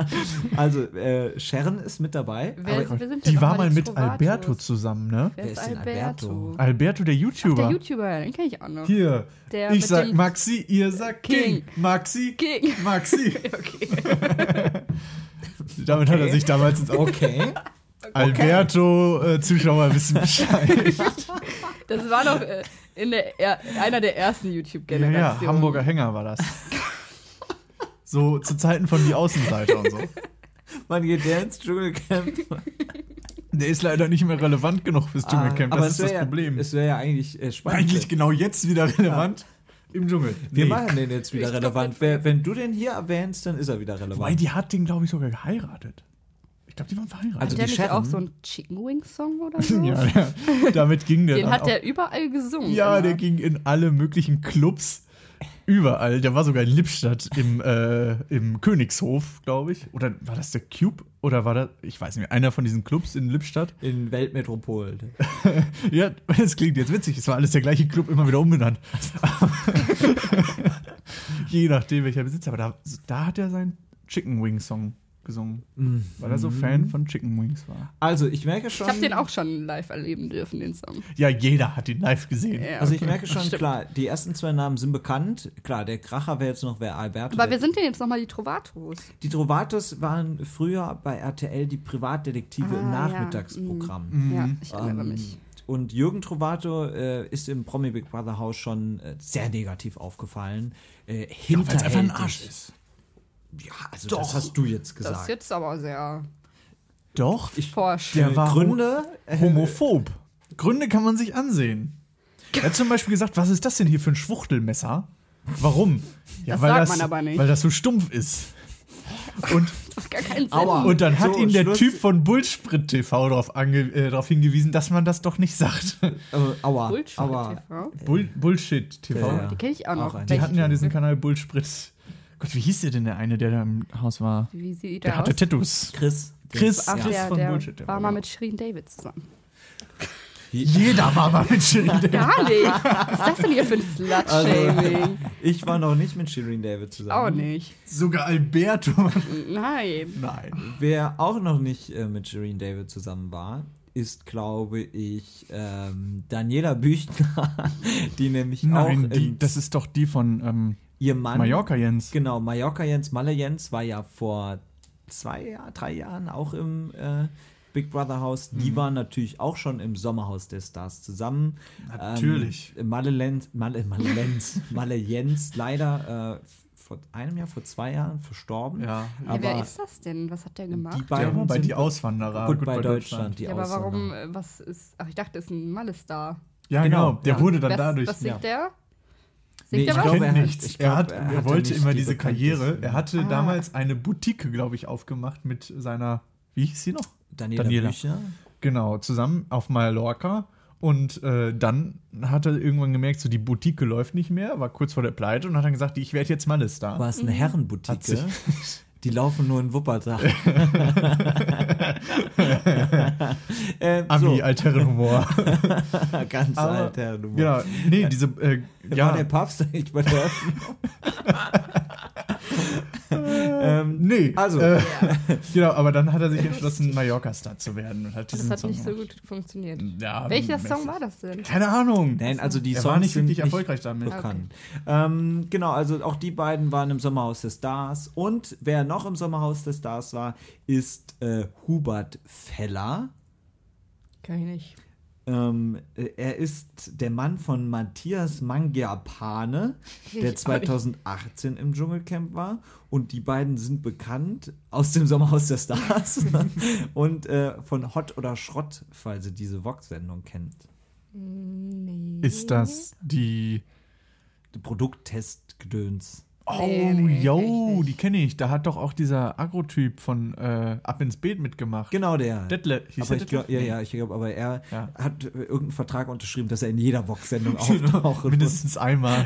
[SPEAKER 2] Also, äh, Sharon ist mit dabei.
[SPEAKER 4] wer,
[SPEAKER 2] aber-
[SPEAKER 4] wer sind denn
[SPEAKER 1] Die war
[SPEAKER 4] nochmal
[SPEAKER 1] mal
[SPEAKER 4] die
[SPEAKER 1] mit
[SPEAKER 4] Trovatos?
[SPEAKER 1] Alberto zusammen, ne?
[SPEAKER 4] Wer ist
[SPEAKER 2] Wer ist denn
[SPEAKER 4] Alberto?
[SPEAKER 1] Alberto, der
[SPEAKER 4] Ach,
[SPEAKER 1] YouTuber.
[SPEAKER 4] der YouTuber, den kenne ich auch noch.
[SPEAKER 1] Hier.
[SPEAKER 4] Der
[SPEAKER 1] ich
[SPEAKER 4] mit
[SPEAKER 1] sag
[SPEAKER 4] dem-
[SPEAKER 1] Maxi, ihr sagt King.
[SPEAKER 4] King.
[SPEAKER 1] Maxi,
[SPEAKER 4] King.
[SPEAKER 1] Maxi.
[SPEAKER 4] Okay.
[SPEAKER 1] (laughs) Damit hat er sich damals ins Auge.
[SPEAKER 2] okay.
[SPEAKER 1] Alberto, äh, Zuschauer wissen Bescheid.
[SPEAKER 4] Das war noch äh, in der, er, einer der ersten
[SPEAKER 1] ja,
[SPEAKER 4] YouTube-Generationen.
[SPEAKER 1] ja, Hamburger Hänger war das. So zu Zeiten von die Außenseiter und so.
[SPEAKER 2] Wann geht der ins Dschungelcamp?
[SPEAKER 1] Der ist leider nicht mehr relevant genug fürs Dschungelcamp.
[SPEAKER 2] Ah,
[SPEAKER 1] das ist
[SPEAKER 2] es wär
[SPEAKER 1] das
[SPEAKER 2] ja,
[SPEAKER 1] Problem.
[SPEAKER 2] Es wäre ja eigentlich äh, spannend.
[SPEAKER 1] Eigentlich genau jetzt wieder relevant im Dschungel.
[SPEAKER 2] wir
[SPEAKER 1] Nee.
[SPEAKER 2] machen den jetzt wieder relevant. Wer, wenn du den hier erwähnst, dann ist er wieder
[SPEAKER 1] Wobei,
[SPEAKER 2] relevant.
[SPEAKER 1] die hat den, glaube ich, sogar geheiratet. Ich glaube, die waren verheiratet.
[SPEAKER 2] Also
[SPEAKER 4] Hat der
[SPEAKER 2] die
[SPEAKER 4] nicht
[SPEAKER 2] Sharon-
[SPEAKER 4] auch so einen Chicken Wings-Song oder so?
[SPEAKER 1] (laughs) ja, ja, damit ging der
[SPEAKER 4] Den
[SPEAKER 1] dann
[SPEAKER 4] hat
[SPEAKER 1] auch.
[SPEAKER 4] der überall gesungen. ne?
[SPEAKER 1] Ja,
[SPEAKER 4] immer.
[SPEAKER 1] der ging in alle möglichen Clubs. Überall. Der war sogar in Lippstadt im, äh, im Königshof, glaube ich. Oder war das der Cube? Oder war das, ich weiß nicht mehr, einer von diesen Clubs in Lippstadt?
[SPEAKER 2] in Weltmetropolen.
[SPEAKER 1] Ja, das klingt jetzt witzig. Es war alles der gleiche Club, immer wieder
[SPEAKER 4] (laughs)
[SPEAKER 1] umbenannt. Je nachdem, welcher Besitzer. Aber da, da hat er seinen Chicken Wings Song gesungen. Weil er so
[SPEAKER 4] Mhm.
[SPEAKER 1] Fan von Chicken Wings war.
[SPEAKER 2] Also, ich merke schon.
[SPEAKER 4] Ich habe den auch schon live erleben dürfen, den Song.
[SPEAKER 1] Ja, jeder hat ihn live gesehen.
[SPEAKER 4] Ja.
[SPEAKER 2] Also ich merke schon,
[SPEAKER 4] Stimmt.
[SPEAKER 2] klar, die ersten zwei Namen sind bekannt. Klar, der Kracher wäre jetzt noch wer Alberto.
[SPEAKER 4] Aber
[SPEAKER 2] der
[SPEAKER 4] wir sind denn jetzt nochmal die Trovatos.
[SPEAKER 2] Die Trovatos waren früher bei RTL die Privatdetektive im
[SPEAKER 4] Ah, ja.
[SPEAKER 2] Nachmittagsprogramm.
[SPEAKER 1] Mhm.
[SPEAKER 4] Ja, ich erinnere
[SPEAKER 2] Ähm,
[SPEAKER 4] mich.
[SPEAKER 2] Und Jürgen Trovato äh, ist im Promi Big Brother Haus schon äh, sehr negativ aufgefallen. Äh, ja,
[SPEAKER 1] weil's einfach ein Arsch
[SPEAKER 2] ist. Ja, also das hast du jetzt
[SPEAKER 4] Das
[SPEAKER 2] gesagt.
[SPEAKER 4] ist jetzt aber sehr
[SPEAKER 1] Doch,
[SPEAKER 4] forsch.
[SPEAKER 1] der war
[SPEAKER 2] Gründe? Äh,
[SPEAKER 1] homophob. Gründe kann man sich ansehen. Er hat zum Beispiel gesagt, was ist das denn hier für ein Schwuchtelmesser? Warum? Ja,
[SPEAKER 4] Das sagt man aber nicht.
[SPEAKER 1] Weil das so stumpf ist. Und
[SPEAKER 4] Macht gar keinen Sinn.
[SPEAKER 2] Aua.
[SPEAKER 1] Und dann hat
[SPEAKER 2] So,
[SPEAKER 1] ihn der
[SPEAKER 2] Schluss.
[SPEAKER 1] Typ von Bullsprit TV darauf, ange äh, darauf hingewiesen, dass man das doch nicht (laughs) sagt.
[SPEAKER 2] äh, aua.
[SPEAKER 4] Bullshit.
[SPEAKER 2] aua.
[SPEAKER 4] TV.
[SPEAKER 1] Bull Bullshit TV.
[SPEAKER 2] Ja, ja.
[SPEAKER 4] Die kenne ich auch noch.
[SPEAKER 2] Auch ein-
[SPEAKER 1] Die hatten ja diesen Kanal Bullsprit. Gott, wie hieß der denn der eine, der da im Haus war?
[SPEAKER 4] Wie sieht
[SPEAKER 1] Der
[SPEAKER 4] der
[SPEAKER 1] hatte
[SPEAKER 4] aus?
[SPEAKER 1] Tattoos.
[SPEAKER 2] Chris.
[SPEAKER 1] Chris,
[SPEAKER 4] Ach,
[SPEAKER 1] Chris
[SPEAKER 4] der,
[SPEAKER 1] von
[SPEAKER 4] der,
[SPEAKER 1] Bullshit. der
[SPEAKER 4] war mal mit Shirin David zusammen.
[SPEAKER 1] (laughs) Jeder war mal mit (laughs) Schild.
[SPEAKER 4] Gar nicht. Was ist das denn hier für ein Slut-Shaming?
[SPEAKER 2] Ich war noch nicht mit Shirin David
[SPEAKER 1] Also,
[SPEAKER 4] auch
[SPEAKER 2] zusammen.
[SPEAKER 4] nicht.
[SPEAKER 1] Sogar Alberto. (laughs)
[SPEAKER 4] Nein.
[SPEAKER 1] Nein.
[SPEAKER 2] Wer auch noch nicht äh, mit Shireen David zusammen war, ist, glaube ich, ähm, Daniela Büchner, (laughs) die nämlich
[SPEAKER 1] Nein,
[SPEAKER 2] auch
[SPEAKER 1] die,
[SPEAKER 2] ins-
[SPEAKER 1] das ist doch die von ähm,
[SPEAKER 2] ihr Mann.
[SPEAKER 1] Mallorca Jens.
[SPEAKER 2] Genau, Mallorca Jens, Malle Jens war ja vor zwei, Jahr- drei Jahren auch im äh, Big Brother Haus. Die
[SPEAKER 1] Mhm.
[SPEAKER 2] waren natürlich auch schon im Sommerhaus der Stars zusammen.
[SPEAKER 1] Natürlich.
[SPEAKER 2] Ähm, Malle Lenz, Malle, Malle Lenz, (laughs) Malle Jens, leider äh, vor einem Jahr, vor zwei Jahren verstorben.
[SPEAKER 1] Ja.
[SPEAKER 4] Ja, wer
[SPEAKER 2] Aber
[SPEAKER 4] ist das denn? Was hat der
[SPEAKER 2] die
[SPEAKER 4] gemacht?
[SPEAKER 1] Der
[SPEAKER 2] beiden
[SPEAKER 1] war bei
[SPEAKER 2] sind
[SPEAKER 1] die Auswanderer.
[SPEAKER 2] gut, bei, Deutschland, die
[SPEAKER 4] Ja, aber
[SPEAKER 2] Auswanderer.
[SPEAKER 4] warum, äh, was ist, ach, ich dachte, es ist ein Malle-Star.
[SPEAKER 1] Ja, genau.
[SPEAKER 2] Genau,
[SPEAKER 1] Der
[SPEAKER 2] ja.
[SPEAKER 1] wurde dann
[SPEAKER 4] Was,
[SPEAKER 1] dadurch.
[SPEAKER 4] was
[SPEAKER 1] ja.
[SPEAKER 4] singt der? Singt
[SPEAKER 2] Nee,
[SPEAKER 4] er
[SPEAKER 2] ich
[SPEAKER 4] was?
[SPEAKER 2] glaub,
[SPEAKER 1] Kennt
[SPEAKER 2] er hat-
[SPEAKER 1] nichts.
[SPEAKER 2] ich
[SPEAKER 1] er,
[SPEAKER 2] glaub,
[SPEAKER 1] hat,
[SPEAKER 2] er
[SPEAKER 1] er,
[SPEAKER 2] hatte
[SPEAKER 1] wollte
[SPEAKER 2] nicht
[SPEAKER 1] immer
[SPEAKER 2] die
[SPEAKER 1] diese Karriere.
[SPEAKER 2] bekanntesten.
[SPEAKER 1] Er hatte
[SPEAKER 4] Ah.
[SPEAKER 1] damals eine Boutique, glaube ich, aufgemacht mit seiner, wie hieß sie noch?
[SPEAKER 2] Daniela,
[SPEAKER 1] Daniela.
[SPEAKER 2] Bücher.
[SPEAKER 1] Genau, zusammen auf Mallorca. Und äh, dann hat er irgendwann gemerkt, so die Boutique läuft nicht mehr, war kurz vor der Pleite und hat dann gesagt, ich werde jetzt Malestar.
[SPEAKER 2] War es
[SPEAKER 4] Mhm.
[SPEAKER 2] eine
[SPEAKER 1] Hat sich-
[SPEAKER 2] Herrenboutique? Die laufen nur in Wuppertal.
[SPEAKER 1] (laughs)
[SPEAKER 2] (laughs) ähm,
[SPEAKER 1] Ami,
[SPEAKER 2] so,
[SPEAKER 1] alteren
[SPEAKER 2] (laughs)
[SPEAKER 1] Humor.
[SPEAKER 2] ganz
[SPEAKER 1] Aber- genau,
[SPEAKER 2] alt, Herr Nummer.
[SPEAKER 1] ja, nee, diese, äh,
[SPEAKER 2] Ja. War
[SPEAKER 1] ja,
[SPEAKER 2] der Papst (laughs) nicht bei
[SPEAKER 1] (laughs)
[SPEAKER 2] der Öffnung? ähm,
[SPEAKER 1] nee.
[SPEAKER 2] Also,
[SPEAKER 1] äh, (laughs) genau, aber dann hat er
[SPEAKER 2] (laughs)
[SPEAKER 1] sich entschlossen, Mallorca-Star zu werden und hat
[SPEAKER 4] Das
[SPEAKER 1] diesen
[SPEAKER 4] hat
[SPEAKER 1] Song
[SPEAKER 4] nicht so
[SPEAKER 1] gemacht.
[SPEAKER 4] gut funktioniert.
[SPEAKER 1] Ja,
[SPEAKER 4] Welcher
[SPEAKER 1] mäßig.
[SPEAKER 4] Song war das denn?
[SPEAKER 2] Äh,
[SPEAKER 1] Keine Ahnung.
[SPEAKER 2] nein, also die
[SPEAKER 1] er
[SPEAKER 2] Songs
[SPEAKER 1] war nicht
[SPEAKER 2] sind
[SPEAKER 1] wirklich erfolgreich damit.
[SPEAKER 2] bekannt. Ähm, genau, also auch die beiden waren im Sommerhaus der Stars. Und wer noch im Sommerhaus der Stars war, ist äh, Hubert Feller.
[SPEAKER 4] Kann ich nicht.
[SPEAKER 2] Ähm, äh, er ist der Mann von Matthias Mangiapane, der
[SPEAKER 4] Ich-
[SPEAKER 2] 2018 im Dschungelcamp war. Und die beiden sind bekannt aus dem Sommerhaus der Stars und äh, von Hot oder Schrott, falls ihr diese Vox-Sendung kennt.
[SPEAKER 4] Nee.
[SPEAKER 1] Ist das die.
[SPEAKER 2] Produkttestgedöns.
[SPEAKER 1] Oh,
[SPEAKER 4] Nee, nee, kenn ich
[SPEAKER 1] yo,
[SPEAKER 4] nicht.
[SPEAKER 1] die kenne ich. Da hat doch auch dieser Agro-Typ von äh, Ab ins Beet mitgemacht.
[SPEAKER 2] Genau der.
[SPEAKER 1] Detlef. Hieß
[SPEAKER 2] aber
[SPEAKER 1] der
[SPEAKER 2] ich glaub, ja,
[SPEAKER 1] Detlef?
[SPEAKER 2] ja, ich glaube, aber er
[SPEAKER 1] Ja.
[SPEAKER 2] hat äh, irgendeinen Vertrag unterschrieben, dass er in jeder Vox-Sendung
[SPEAKER 1] (laughs) Genau,
[SPEAKER 2] auftaucht.
[SPEAKER 1] mindestens einmal.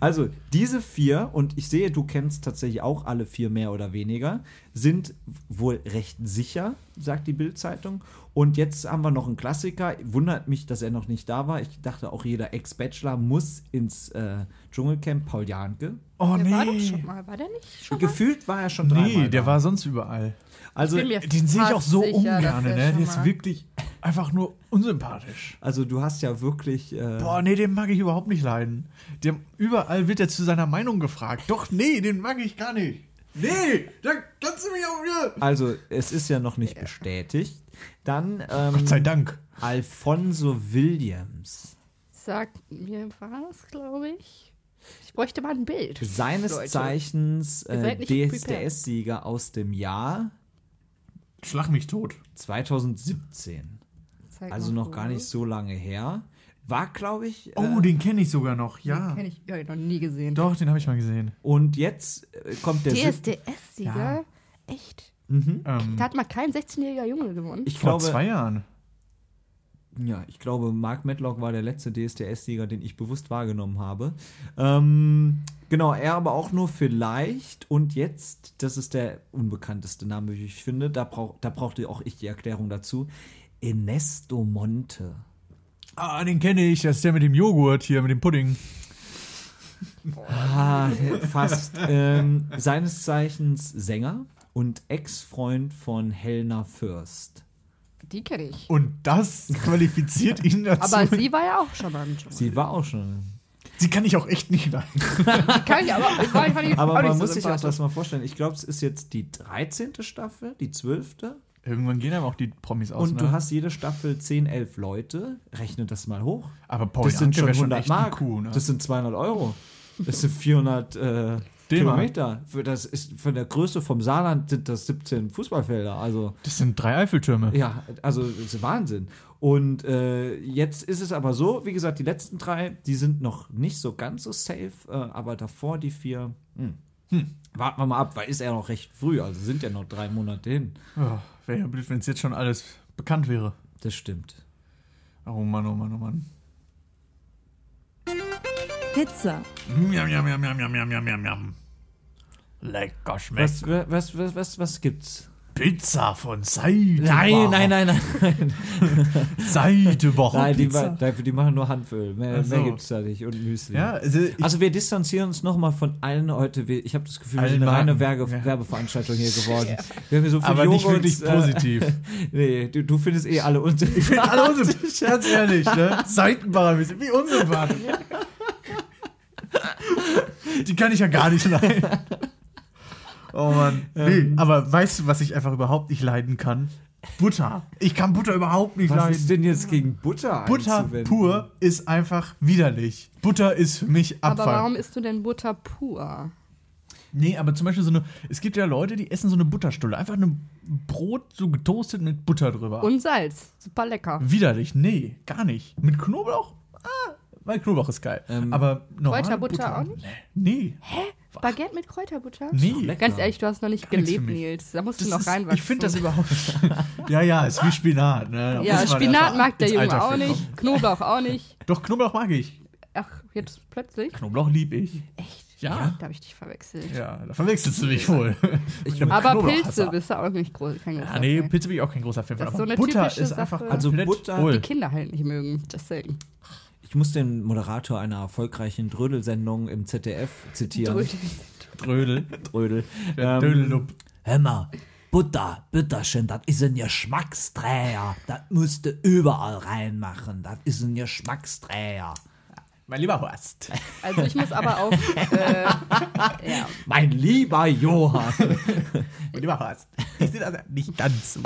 [SPEAKER 2] Also, diese vier, und ich sehe, du kennst tatsächlich auch alle vier mehr oder weniger, sind wohl recht sicher, sagt die Bild-Zeitung. Und jetzt haben wir noch einen Klassiker. Wundert mich, dass er noch nicht da war. Ich dachte auch, jeder Ex-Bachelor muss ins äh, Dschungelcamp. Paul Janke.
[SPEAKER 1] Oh,
[SPEAKER 4] Der
[SPEAKER 1] nee.
[SPEAKER 4] war doch schon mal, war der nicht schon mal?
[SPEAKER 2] Gefühlt war er schon dreimal
[SPEAKER 1] Nee, der
[SPEAKER 2] da.
[SPEAKER 1] war sonst überall.
[SPEAKER 2] Also,
[SPEAKER 4] Ich bin mir
[SPEAKER 1] Den sehe ich auch so
[SPEAKER 4] fast sicher, dass
[SPEAKER 1] ungern,
[SPEAKER 4] der
[SPEAKER 1] ne?
[SPEAKER 4] schon
[SPEAKER 1] Der ist
[SPEAKER 4] mal-
[SPEAKER 1] wirklich einfach nur unsympathisch.
[SPEAKER 2] also du hast ja wirklich. Äh,
[SPEAKER 1] Boah, nee, den mag ich überhaupt nicht leiden. Dem, überall wird er zu seiner Meinung gefragt. Doch, nee, den mag ich gar nicht. Nee, da kannst du mich auch wieder.
[SPEAKER 2] also, es ist ja noch nicht bestätigt. Dann
[SPEAKER 1] Gott sei
[SPEAKER 2] ähm,
[SPEAKER 1] Dank.
[SPEAKER 2] Alfonso Williams.
[SPEAKER 4] Sagt mir was, glaube ich. Ich bräuchte mal ein Bild.
[SPEAKER 2] Seines
[SPEAKER 4] Leute.
[SPEAKER 2] Zeichens
[SPEAKER 4] Ihr
[SPEAKER 2] äh,
[SPEAKER 4] seid nicht
[SPEAKER 2] DSDS-Sieger aus dem Jahr
[SPEAKER 1] Schlag mich tot.
[SPEAKER 2] 2017.
[SPEAKER 4] Zeig
[SPEAKER 2] Also
[SPEAKER 4] mal
[SPEAKER 2] noch gar
[SPEAKER 4] Fotos.
[SPEAKER 2] nicht so lange her. War, glaube ich. Äh,
[SPEAKER 1] Oh, den kenne ich sogar noch, ja.
[SPEAKER 4] Den kenn ich, ja, den noch nie gesehen.
[SPEAKER 1] Doch, den habe ich mal gesehen.
[SPEAKER 2] und jetzt äh, kommt der siebte.
[SPEAKER 4] DSDS-Sieger? Echt?
[SPEAKER 1] Ähm,
[SPEAKER 4] Da hat mal kein 16-jähriger Junge gewonnen.
[SPEAKER 2] Ich
[SPEAKER 1] vor
[SPEAKER 2] glaube,
[SPEAKER 1] zwei Jahren.
[SPEAKER 2] ja, ich glaube, Mark Medlock war der letzte DSDS-Sieger, den ich bewusst wahrgenommen habe. Ähm, genau, er aber auch nur vielleicht. Und jetzt, das ist der unbekannteste Name, wie ich finde. Da, brauch, da brauchte auch ich die Erklärung dazu. Ernesto Monte.
[SPEAKER 1] Ah, den kenne ich. Das ist der mit dem Joghurt hier, mit dem Pudding.
[SPEAKER 2] Ah,
[SPEAKER 4] (laughs)
[SPEAKER 2] fast. ähm, seines Zeichens Sänger und Ex-Freund von Helena Fürst.
[SPEAKER 4] Die kenne ich.
[SPEAKER 1] Und (laughs) das qualifiziert ihn dazu.
[SPEAKER 4] Aber sie war ja auch schon mal im Dschungel.
[SPEAKER 2] Oh, Sie war auch schon.
[SPEAKER 1] Sie kann ich auch echt nicht leiden.
[SPEAKER 4] Die kann ich, aber ich war ich fand die
[SPEAKER 2] Aber
[SPEAKER 4] auch
[SPEAKER 2] man
[SPEAKER 4] nicht
[SPEAKER 2] muss
[SPEAKER 4] so
[SPEAKER 2] sich auch
[SPEAKER 4] sympathisch.
[SPEAKER 2] das mal vorstellen. Ich glaube, es ist jetzt die 13. Staffel, die 12.
[SPEAKER 1] Irgendwann gehen aber auch die Promis aus. ne?
[SPEAKER 4] ne?
[SPEAKER 2] Und du hast jede Staffel 10, 11 Leute. Rechne das mal hoch.
[SPEAKER 1] aber
[SPEAKER 4] Oh,
[SPEAKER 1] Paul
[SPEAKER 2] Das sind
[SPEAKER 1] Janke
[SPEAKER 2] schon
[SPEAKER 1] wär
[SPEAKER 2] 100
[SPEAKER 1] echt
[SPEAKER 2] Mark.
[SPEAKER 1] eine Kuh, ne?
[SPEAKER 2] Das sind 200 Euro. Das sind 400 äh, Kilometer. Für, das ist, von der Größe vom Saarland sind das 17 Fußballfelder. Also
[SPEAKER 1] Das sind drei Eiffeltürme.
[SPEAKER 2] Ja, also das ist Wahnsinn. Und äh, jetzt ist es aber so, wie gesagt, die letzten drei, die sind noch nicht so ganz so safe, äh, aber davor die vier, hm. Hm. warten wir mal ab, weil ist ja noch recht früh, also sind ja noch drei Monate hin.
[SPEAKER 1] Oh, Wäre ja blöd, wenn es jetzt schon alles bekannt wäre.
[SPEAKER 2] Das stimmt.
[SPEAKER 1] Oh Mann, oh Mann, oh Mann.
[SPEAKER 3] Pizza.
[SPEAKER 1] Miam, miam, miam, miam, miam, miam, miam, miam, miam. Lecker schmeckt.
[SPEAKER 2] Was, wa- was, was, was, was gibt's?
[SPEAKER 1] Pizza von Seite.
[SPEAKER 2] nein, nein. nein,
[SPEAKER 1] Seite
[SPEAKER 2] (laughs) nein die,
[SPEAKER 1] Pizza.
[SPEAKER 2] ma- die, die machen nur Handöl. Mehr,
[SPEAKER 1] Ach so.
[SPEAKER 2] mehr gibt's da nicht und Müsli.
[SPEAKER 1] Ja, also ich,
[SPEAKER 2] Also wir distanzieren uns nochmal von allen heute. Wir- Ich habe das Gefühl, wir
[SPEAKER 1] Allen
[SPEAKER 2] sind eine reine
[SPEAKER 1] Marken,
[SPEAKER 2] Werbe
[SPEAKER 1] ja.
[SPEAKER 2] Werbeveranstaltung hier geworden. Wir haben hier so viel
[SPEAKER 1] aber nicht
[SPEAKER 2] Joghurt,
[SPEAKER 1] wirklich
[SPEAKER 2] äh,
[SPEAKER 1] positiv.
[SPEAKER 2] (laughs) Nee, du, du findest eh alle uns.
[SPEAKER 1] Alle unsympathisch. Ganz ehrlich, ne? Seitenparameter, wie unsympathisch. Die kann ich ja gar nicht leiden. Oh Mann. Nee,
[SPEAKER 2] Ähm.
[SPEAKER 1] aber weißt du, was ich einfach überhaupt nicht leiden kann? Butter. Ich kann Butter überhaupt nicht
[SPEAKER 2] (laughs) Was
[SPEAKER 1] leiden.
[SPEAKER 2] ist denn jetzt gegen Butter
[SPEAKER 1] Butter
[SPEAKER 2] einzuwenden?
[SPEAKER 1] pur ist einfach widerlich. Butter ist für mich Abfall.
[SPEAKER 4] Aber warum isst du denn Butter pur?
[SPEAKER 1] Nee, aber zum Beispiel so eine. Es gibt ja Leute, die essen so eine Butterstulle. Einfach ein Brot so getoastet mit Butter drüber.
[SPEAKER 4] Und Salz. Super lecker.
[SPEAKER 1] Widerlich, nee, gar nicht. Mit Knoblauch? Ah, Weil Knoblauch ist geil.
[SPEAKER 2] Ähm,
[SPEAKER 1] Aber normale
[SPEAKER 4] Kräuterbutter auch nicht?
[SPEAKER 1] Nee.
[SPEAKER 4] Baguette mit Kräuterbutter?
[SPEAKER 1] Nee.
[SPEAKER 2] Lecker.
[SPEAKER 4] Ganz ehrlich, du hast noch nicht
[SPEAKER 1] Gar nichts
[SPEAKER 4] gelebt,
[SPEAKER 1] für mich.
[SPEAKER 4] Nils. Da musst
[SPEAKER 1] Das
[SPEAKER 4] du noch
[SPEAKER 1] ist-
[SPEAKER 4] reinwachsen.
[SPEAKER 1] Ich finde das überhaupt. (laughs) ja, ja, ist wie Spinat. Ne? Da
[SPEAKER 4] Ja,
[SPEAKER 1] muss man
[SPEAKER 4] Spinat
[SPEAKER 1] einfach
[SPEAKER 4] mag der
[SPEAKER 1] ins
[SPEAKER 4] Junge
[SPEAKER 1] Alter ne?
[SPEAKER 4] auch
[SPEAKER 1] für
[SPEAKER 4] nicht,
[SPEAKER 1] kommen.
[SPEAKER 4] Knoblauch auch nicht.
[SPEAKER 1] Doch, Knoblauch mag ich.
[SPEAKER 4] Ach, jetzt plötzlich?
[SPEAKER 1] Knoblauch lieb ich.
[SPEAKER 4] Echt?
[SPEAKER 1] Ja.
[SPEAKER 4] Da habe ich dich verwechselt.
[SPEAKER 1] Ja, da verwechselst du mich wohl. Ich bin
[SPEAKER 4] Aber
[SPEAKER 1] Knoblauchhasser.
[SPEAKER 4] Pilze bist du auch nicht groß, kein großer
[SPEAKER 1] Ja, Ah, nee,
[SPEAKER 4] Fan.
[SPEAKER 1] Pilze bin ich auch kein großer Fan von.
[SPEAKER 4] Das ist
[SPEAKER 1] aber
[SPEAKER 4] so eine
[SPEAKER 1] Butter
[SPEAKER 4] typische
[SPEAKER 1] ist einfach.
[SPEAKER 4] Sache.
[SPEAKER 2] Also
[SPEAKER 1] komplett
[SPEAKER 2] Butter-
[SPEAKER 1] hohl.
[SPEAKER 4] Die Kinder halt nicht mögen, deswegen.
[SPEAKER 2] Ich muss den Moderator einer erfolgreichen Drödelsendung im ZDF zitieren.
[SPEAKER 1] Drödel.
[SPEAKER 4] Drödel.
[SPEAKER 2] Drödel. Ähm,
[SPEAKER 1] Der Dödelup.
[SPEAKER 2] Hör mal, Butter, Butterchen, das ist ein Geschmacksträger. Das musst du überall reinmachen. Das ist ein Geschmacksträger.
[SPEAKER 1] Mein lieber Horst.
[SPEAKER 4] (laughs) Also ich muss aber auch, äh, ja,
[SPEAKER 2] Mein
[SPEAKER 1] (laughs)
[SPEAKER 2] lieber Johann.
[SPEAKER 1] Mein lieber Horst. Ich sehe das nicht ganz so.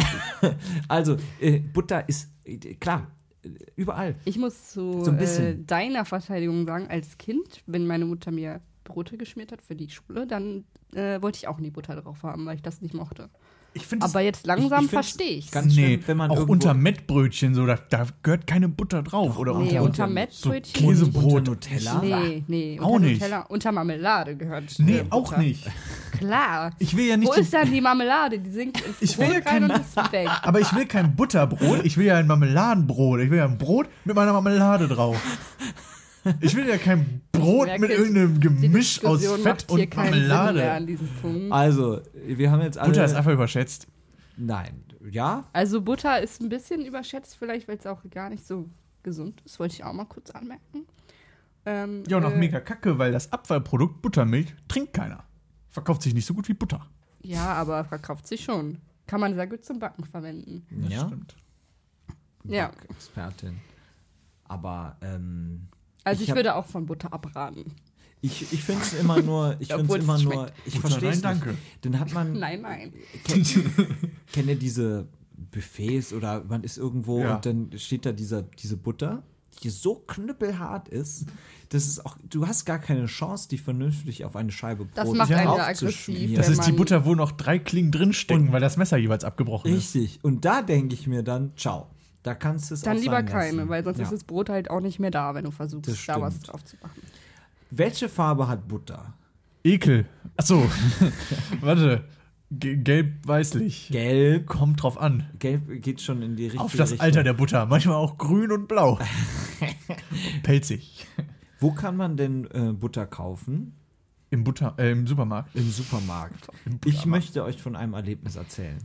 [SPEAKER 2] Also, äh, Butter ist, äh, klar, äh, überall.
[SPEAKER 4] ich muss zu
[SPEAKER 2] So ein
[SPEAKER 4] äh,
[SPEAKER 2] bisschen.
[SPEAKER 4] deiner Verteidigung sagen, als Kind, wenn meine Mutter mir Brote geschmiert hat für die Schule, dann äh, wollte ich auch nie Butter drauf haben, weil ich das nicht mochte.
[SPEAKER 1] Ich finde
[SPEAKER 4] Aber jetzt langsam
[SPEAKER 2] ich find's
[SPEAKER 4] verstehe ich's.
[SPEAKER 2] ganz schlimm, wenn man
[SPEAKER 1] auch
[SPEAKER 2] irgendwo-
[SPEAKER 1] unter Mettbrötchen, so, da, da gehört keine Butter drauf. oder
[SPEAKER 4] nee,
[SPEAKER 1] unter,
[SPEAKER 4] unter
[SPEAKER 1] so
[SPEAKER 4] Mettbrötchen
[SPEAKER 1] Käsebrot.
[SPEAKER 2] Unter Nutella?
[SPEAKER 4] Nee, nee,
[SPEAKER 1] Auch
[SPEAKER 4] unter
[SPEAKER 1] nicht.
[SPEAKER 4] Nutella, unter Marmelade gehört.
[SPEAKER 1] Nee,
[SPEAKER 4] äh,
[SPEAKER 1] auch
[SPEAKER 4] Butter.
[SPEAKER 1] nicht.
[SPEAKER 4] Klar.
[SPEAKER 1] Ich will ja nicht.
[SPEAKER 4] Wo
[SPEAKER 1] die- (laughs)
[SPEAKER 4] ist dann die Marmelade? Die sinkt ins
[SPEAKER 1] Ich will ja
[SPEAKER 4] Brot rein
[SPEAKER 1] kein-
[SPEAKER 4] und ist weg.
[SPEAKER 1] aber ich will kein Butterbrot, ich will ja ein Marmeladenbrot. Ich will ja ein Brot mit meiner Marmelade drauf. Ich will ja kein Brot
[SPEAKER 4] merke,
[SPEAKER 1] mit irgendeinem
[SPEAKER 4] Die
[SPEAKER 1] Gemisch aus
[SPEAKER 4] Diskussion
[SPEAKER 1] Fett
[SPEAKER 4] macht hier
[SPEAKER 1] und
[SPEAKER 4] keinen Sinn mehr
[SPEAKER 1] Marmelade.
[SPEAKER 4] an diesem Punkt.
[SPEAKER 2] Also, wir haben jetzt alle.
[SPEAKER 1] Butter ist einfach überschätzt.
[SPEAKER 2] Nein, ja,
[SPEAKER 4] Also Butter ist ein bisschen überschätzt, vielleicht weil es auch gar nicht so gesund ist. Wollte ich auch mal kurz anmerken. Ähm,
[SPEAKER 1] Ja, und auch
[SPEAKER 4] äh,
[SPEAKER 1] mega kacke, weil das Abfallprodukt Buttermilch trinkt keiner. Verkauft sich nicht so gut wie Butter.
[SPEAKER 4] Ja, aber verkauft sich schon. Kann man sehr gut zum Backen verwenden.
[SPEAKER 2] ja,
[SPEAKER 1] Stimmt.
[SPEAKER 4] Ja.
[SPEAKER 2] Expertin. Aber ähm,
[SPEAKER 4] Also
[SPEAKER 2] Ich
[SPEAKER 4] ich,
[SPEAKER 2] hab-
[SPEAKER 4] würde auch von Butter abraten.
[SPEAKER 2] ich, ich finde es immer
[SPEAKER 4] (laughs)
[SPEAKER 2] nur, ich finde
[SPEAKER 4] Obwohl
[SPEAKER 2] es
[SPEAKER 4] es
[SPEAKER 2] immer
[SPEAKER 4] schmeckt.
[SPEAKER 2] nur, ich
[SPEAKER 1] Butter,
[SPEAKER 2] verstehe es
[SPEAKER 1] nein, danke.
[SPEAKER 2] Dann hat man
[SPEAKER 4] (laughs) Nein, nein.
[SPEAKER 2] kennt ihr diese Buffets oder man ist irgendwo
[SPEAKER 1] Ja.
[SPEAKER 2] und dann steht da dieser, diese Butter, die so knüppelhart ist, das ist auch, du hast gar keine Chance, die vernünftig auf eine Scheibe Brot
[SPEAKER 4] Das macht einen ja
[SPEAKER 2] aufzuschmieren.
[SPEAKER 4] aggressiv,
[SPEAKER 1] Das
[SPEAKER 4] Wenn
[SPEAKER 1] ist die
[SPEAKER 4] man-
[SPEAKER 1] Butter, wo noch drei Klingen drinstecken, weil das Messer jeweils abgebrochen ist.
[SPEAKER 2] Richtig. Und da denke ich mir dann, ciao. Da kannst du es
[SPEAKER 4] Dann
[SPEAKER 2] auch
[SPEAKER 4] lieber
[SPEAKER 2] sein lassen.
[SPEAKER 4] keine, weil sonst
[SPEAKER 2] ja.
[SPEAKER 4] ist das Brot halt auch nicht mehr da, wenn du
[SPEAKER 2] Das
[SPEAKER 4] versuchst, da was
[SPEAKER 2] stimmt.
[SPEAKER 4] drauf zu machen.
[SPEAKER 2] Welche Farbe hat Butter?
[SPEAKER 1] Ekel. Achso. (laughs) Warte. Ge- Gelb-weißlich.
[SPEAKER 2] Gelb.
[SPEAKER 1] Kommt drauf an.
[SPEAKER 2] Gelb geht schon in die richtige
[SPEAKER 1] Auf das
[SPEAKER 2] Richtung.
[SPEAKER 1] Alter der Butter. Manchmal auch grün und
[SPEAKER 2] (laughs)
[SPEAKER 1] blau. Pelzig.
[SPEAKER 2] Wo kann man denn äh, Butter kaufen?
[SPEAKER 1] Im Butter, äh, im Supermarkt.
[SPEAKER 2] Im
[SPEAKER 1] (laughs)
[SPEAKER 2] Supermarkt. Ich möchte euch von einem Erlebnis erzählen.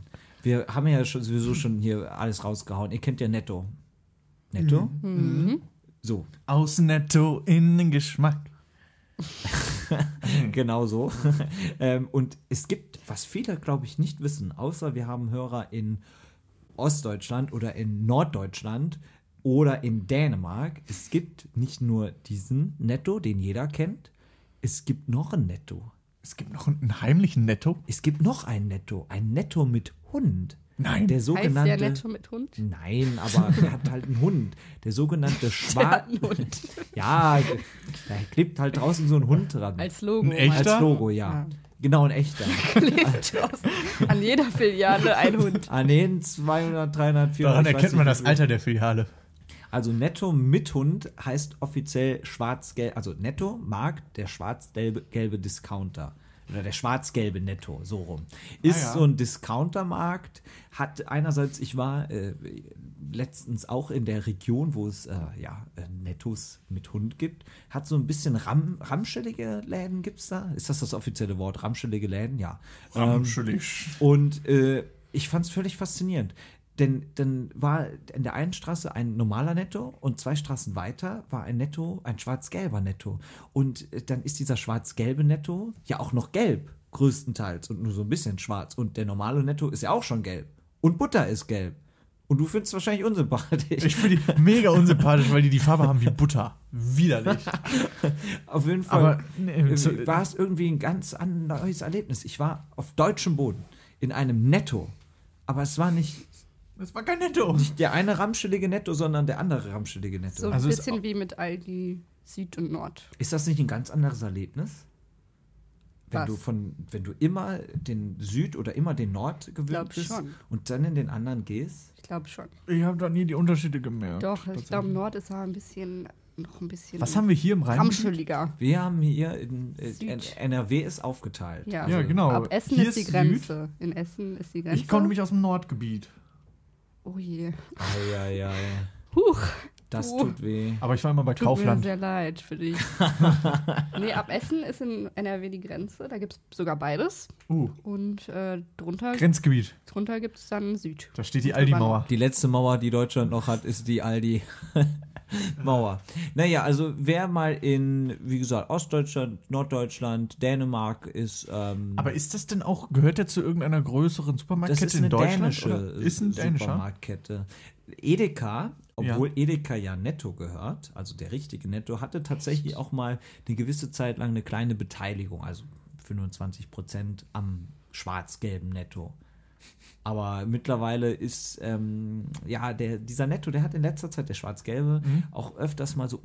[SPEAKER 2] Wir haben ja schon, sowieso schon hier alles rausgehauen. Ihr kennt ja Netto. Netto?
[SPEAKER 1] Mhm.
[SPEAKER 2] So,
[SPEAKER 1] Außen netto, innen Geschmack.
[SPEAKER 2] genau so. (laughs) ähm, und es gibt, was viele, glaube ich, nicht wissen, außer wir haben Hörer in Ostdeutschland oder in Norddeutschland oder in Dänemark. Es gibt nicht nur diesen Netto, den jeder kennt, es gibt noch ein Netto.
[SPEAKER 1] Es gibt noch einen heimlichen Netto.
[SPEAKER 2] Es gibt noch ein Netto, ein Netto mit Hund.
[SPEAKER 1] Nein.
[SPEAKER 2] Der
[SPEAKER 4] Heißt
[SPEAKER 2] sogenannte
[SPEAKER 4] der netto mit Hund?
[SPEAKER 2] Nein, aber der hat halt einen Hund. Der
[SPEAKER 4] (laughs)
[SPEAKER 2] sogenannte Schwarz. Ja, da klebt halt draußen so ein Hund dran.
[SPEAKER 4] Als Logo.
[SPEAKER 1] Ein echter?
[SPEAKER 4] meinst
[SPEAKER 2] Als Logo, ja. Genau, ein echter.
[SPEAKER 4] du? Klebt draußen An jeder Filiale ein Hund.
[SPEAKER 2] An den 200, 300,
[SPEAKER 1] Daran
[SPEAKER 2] 400. ich weiß
[SPEAKER 1] erkennt
[SPEAKER 2] nicht,
[SPEAKER 1] man
[SPEAKER 2] wie
[SPEAKER 1] das
[SPEAKER 2] viel.
[SPEAKER 1] Alter der Filiale.
[SPEAKER 2] Also Netto mit Hund heißt offiziell schwarz-gelb. Also Netto Markt, der schwarz-gelbe gelbe Discounter. Oder der schwarz-gelbe Netto, so rum. Ist
[SPEAKER 1] Ah, ja.
[SPEAKER 2] so ein Discountermarkt. Hat einerseits, ich war äh, letztens auch in der Region, wo es äh, ja, äh, Nettos mit Hund gibt. Hat so ein bisschen Ram ramschellige Läden, gibt es da? Ist das das offizielle Wort? Ramschellige Läden? Ja. Ähm,
[SPEAKER 1] Ramschelig.
[SPEAKER 2] und äh, ich fand es völlig faszinierend. Denn dann war in der einen Straße ein normaler Netto und zwei Straßen weiter war ein Netto, ein schwarz-gelber Netto. Und äh, dann ist dieser schwarz-gelbe Netto ja auch noch gelb, größtenteils und nur so ein bisschen schwarz. Und der normale Netto ist ja auch schon gelb. Und Butter ist gelb. Und du findest wahrscheinlich unsympathisch. (laughs)
[SPEAKER 1] Ich finde die mega unsympathisch, weil die die Farbe haben wie Butter. Widerlich.
[SPEAKER 2] Auf jeden Fall
[SPEAKER 1] Aber, nee,
[SPEAKER 2] äh,
[SPEAKER 1] zu-
[SPEAKER 2] war es irgendwie ein ganz an- neues Erlebnis. Ich war auf deutschem Boden in einem Netto, aber es war nicht
[SPEAKER 1] Das war kein Netto.
[SPEAKER 2] Nicht der eine ramschelige Netto, sondern der andere ramschelige Netto.
[SPEAKER 4] So ein
[SPEAKER 1] Also es-
[SPEAKER 4] bisschen wie mit Aldi Süd und Nord.
[SPEAKER 2] Ist das nicht ein ganz anderes Erlebnis? Wenn
[SPEAKER 4] Was?
[SPEAKER 2] du, von, wenn du immer den Süd oder immer den Nord gewöhnt
[SPEAKER 4] Glaub
[SPEAKER 2] bist
[SPEAKER 4] schon.
[SPEAKER 2] und dann in den anderen gehst?
[SPEAKER 4] Ich glaube schon.
[SPEAKER 1] Ich habe da nie die Unterschiede gemerkt.
[SPEAKER 4] Doch, ich glaube, Nord ist ja ein bisschen noch ein bisschen
[SPEAKER 1] Was haben wir hier im Rhein?
[SPEAKER 4] ramscheliger.
[SPEAKER 2] Wir haben hier, in, äh,
[SPEAKER 4] Süd.
[SPEAKER 2] N- NRW ist aufgeteilt. Also,
[SPEAKER 4] Ja.
[SPEAKER 1] Ja, genau.
[SPEAKER 4] Ab Essen
[SPEAKER 1] Hier
[SPEAKER 4] ist die
[SPEAKER 1] Süd.
[SPEAKER 4] Grenze. In Essen ist die Grenze.
[SPEAKER 1] Ich komme nämlich aus dem Nordgebiet.
[SPEAKER 4] oh je.
[SPEAKER 2] Ja, ja, ja.
[SPEAKER 4] Huch,
[SPEAKER 2] Das
[SPEAKER 4] Oh.
[SPEAKER 2] tut weh.
[SPEAKER 1] Aber ich war immer bei
[SPEAKER 4] tut mir
[SPEAKER 1] Kaufland.
[SPEAKER 4] sehr leid für
[SPEAKER 1] (laughs)
[SPEAKER 4] dich. nee, ab Essen ist in NRW die Grenze. Da gibt es sogar beides.
[SPEAKER 1] Uh,
[SPEAKER 4] Und äh, drunter,
[SPEAKER 1] Grenzgebiet.
[SPEAKER 4] drunter gibt es dann Süd.
[SPEAKER 1] Da steht die Aldi-Mauer.
[SPEAKER 2] Die letzte Mauer, die Deutschland noch hat, ist die (laughs) Aldi-Mauer. Naja, also wer mal in, wie gesagt, Ostdeutschland, Norddeutschland, Dänemark ist. Ähm,
[SPEAKER 1] Aber ist das denn auch, gehört der zu irgendeiner größeren
[SPEAKER 2] das
[SPEAKER 1] Supermarktkette
[SPEAKER 2] ist
[SPEAKER 1] in
[SPEAKER 2] eine
[SPEAKER 1] Deutschland?
[SPEAKER 2] dänische
[SPEAKER 1] oder? Ist ein dänischer?
[SPEAKER 2] Supermarktkette. Edeka,
[SPEAKER 1] Ja.
[SPEAKER 2] obwohl Edeka ja netto gehört, also der richtige Netto, hatte tatsächlich auch mal eine gewisse Zeit lang eine kleine Beteiligung, also 25 Prozent am schwarz-gelben Netto. Aber mittlerweile ist, ähm, ja, der, dieser Netto, der hat in letzter Zeit, der Schwarz-Gelbe,
[SPEAKER 1] Mhm.
[SPEAKER 2] auch öfters mal so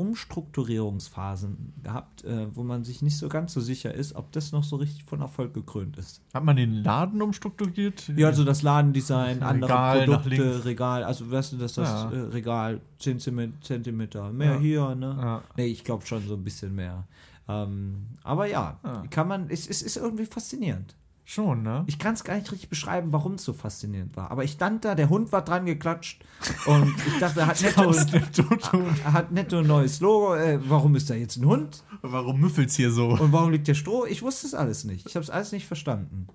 [SPEAKER 2] Umstrukturierungsphasen gehabt, äh, wo man sich nicht so ganz so sicher ist, ob das noch so richtig von Erfolg gekrönt ist.
[SPEAKER 1] Hat man den Laden umstrukturiert?
[SPEAKER 2] Ja, also das Ladendesign, andere
[SPEAKER 1] Regal nach links.
[SPEAKER 2] Produkte, Regal, also weißt du, dass das
[SPEAKER 1] Ja.
[SPEAKER 2] äh, Regal 10 Zimi- Zentimeter mehr
[SPEAKER 1] Ja.
[SPEAKER 2] hier, ne?
[SPEAKER 1] Ja.
[SPEAKER 2] Nee, ich glaube schon so ein bisschen mehr. Ähm, aber ja,
[SPEAKER 1] Ja.
[SPEAKER 2] kann man, es, es ist irgendwie faszinierend.
[SPEAKER 1] Schon, ne?
[SPEAKER 2] Ich kann es gar nicht richtig beschreiben, warum es so faszinierend war. Aber ich stand da, der Hund war dran geklatscht und ich
[SPEAKER 1] (laughs)
[SPEAKER 2] dachte, er hat netto, er hat netto ein neues Logo. Äh, warum ist da jetzt ein Hund?
[SPEAKER 1] Warum müffelt's hier so?
[SPEAKER 2] Und warum liegt der Stroh? Ich wusste es alles nicht. Ich habe es alles nicht verstanden.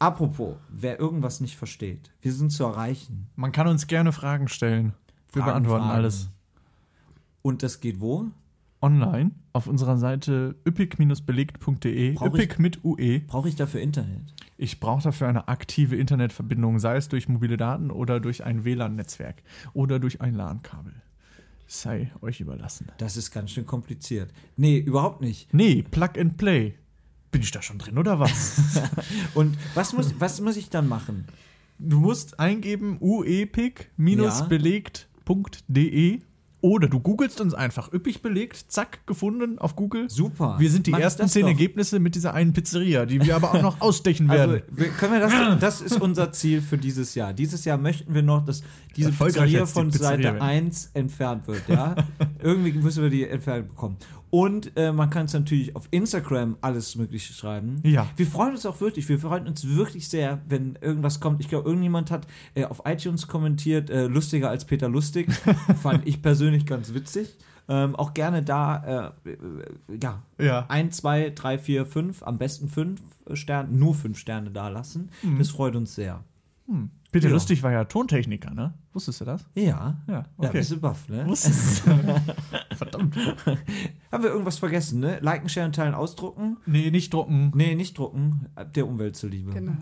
[SPEAKER 2] Apropos, wer irgendwas nicht versteht, wir sind zu erreichen.
[SPEAKER 1] Man kann uns gerne Fragen stellen. Wir
[SPEAKER 2] Fragen,
[SPEAKER 1] beantworten
[SPEAKER 2] Fragen.
[SPEAKER 1] alles.
[SPEAKER 2] Und das geht wo?
[SPEAKER 1] Online auf unserer Seite üppig-belegt.de.
[SPEAKER 2] Brauch ich-
[SPEAKER 1] Üppig mit UE.
[SPEAKER 2] Brauche ich dafür Internet?
[SPEAKER 1] Ich brauche dafür eine aktive Internetverbindung, sei es durch mobile Daten oder durch ein WLAN-Netzwerk oder durch ein LAN-Kabel. Sei euch überlassen.
[SPEAKER 2] Das ist ganz schön kompliziert. Nee, überhaupt nicht.
[SPEAKER 1] Nee, Plug and Play. Bin ich da schon drin oder was?
[SPEAKER 2] (laughs) Und was muss, was muss ich dann machen?
[SPEAKER 1] du musst eingeben
[SPEAKER 2] Ja.
[SPEAKER 1] uepic-belegt.de oder du googelst uns einfach üppig belegt, zack, gefunden auf Google.
[SPEAKER 2] Super.
[SPEAKER 1] Wir sind die
[SPEAKER 2] Mach ich
[SPEAKER 1] ersten
[SPEAKER 2] das
[SPEAKER 1] zehn
[SPEAKER 2] doch.
[SPEAKER 1] Ergebnisse mit dieser einen Pizzeria, die wir aber auch
[SPEAKER 2] (laughs)
[SPEAKER 1] noch ausstechen
[SPEAKER 2] Also,
[SPEAKER 1] werden.
[SPEAKER 2] wir, können wir das, das ist unser Ziel für dieses Jahr. Dieses Jahr möchten wir noch, dass diese
[SPEAKER 1] Erfolgreich
[SPEAKER 2] Pizzeria
[SPEAKER 1] als die
[SPEAKER 2] von
[SPEAKER 1] Pizzeria
[SPEAKER 2] Seite
[SPEAKER 1] werden.
[SPEAKER 2] 1 entfernt
[SPEAKER 1] (laughs)
[SPEAKER 2] wird, ja? Irgendwie müssen wir die entfernt bekommen. Und äh, man kann es natürlich auf Instagram alles Mögliche schreiben.
[SPEAKER 1] Ja.
[SPEAKER 2] Wir freuen uns auch wirklich, wir freuen uns wirklich sehr, wenn irgendwas kommt. Ich glaube, irgendjemand hat äh, auf iTunes kommentiert, äh, lustiger als Peter Lustig.
[SPEAKER 1] (laughs)
[SPEAKER 2] Fand ich persönlich ganz witzig. Ähm, auch gerne da, äh, äh, ja,
[SPEAKER 1] ja.
[SPEAKER 2] 1, 2, 3, 4, 5, am besten 5 Sterne, nur 5 Sterne da lassen.
[SPEAKER 1] Mhm.
[SPEAKER 2] Das freut uns sehr.
[SPEAKER 1] Bitte
[SPEAKER 2] Ja.
[SPEAKER 1] Hm. lustig war ja Tontechniker, ne? Wusstest du das?
[SPEAKER 2] Ja,
[SPEAKER 1] Ja,
[SPEAKER 2] ja
[SPEAKER 1] okay.
[SPEAKER 2] bist du baff,
[SPEAKER 1] (laughs)
[SPEAKER 2] ne?
[SPEAKER 1] Wusstest Verdammt.
[SPEAKER 2] Haben wir irgendwas vergessen, ne? Liken, sharen, teilen, ausdrucken?
[SPEAKER 1] Nee, nicht drucken.
[SPEAKER 2] Nee, nicht drucken, ab der Umwelt zuliebe.
[SPEAKER 4] Genau.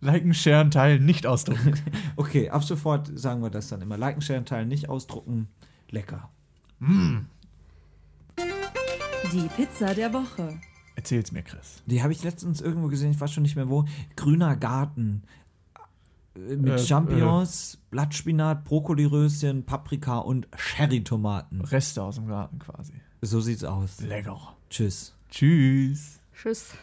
[SPEAKER 1] Liken, sharen, teilen, nicht
[SPEAKER 2] (laughs)
[SPEAKER 1] ausdrucken.
[SPEAKER 2] Okay, ab sofort sagen wir das dann immer. Liken, sharen, teilen, nicht ausdrucken. Lecker.
[SPEAKER 3] Die Pizza der Woche.
[SPEAKER 1] Erzähl's mir, Chris.
[SPEAKER 2] Die habe ich letztens irgendwo gesehen, ich weiß schon nicht mehr wo. Grüner Garten. Äh, Mit
[SPEAKER 1] Äh,
[SPEAKER 2] Champignons, Blattspinat, Brokkoliröschen, Paprika und Sherry-Tomaten.
[SPEAKER 1] Reste aus dem Garten quasi.
[SPEAKER 2] So sieht's aus.
[SPEAKER 1] Lecker.
[SPEAKER 2] Tschüss.
[SPEAKER 1] Tschüss.
[SPEAKER 4] Tschüss.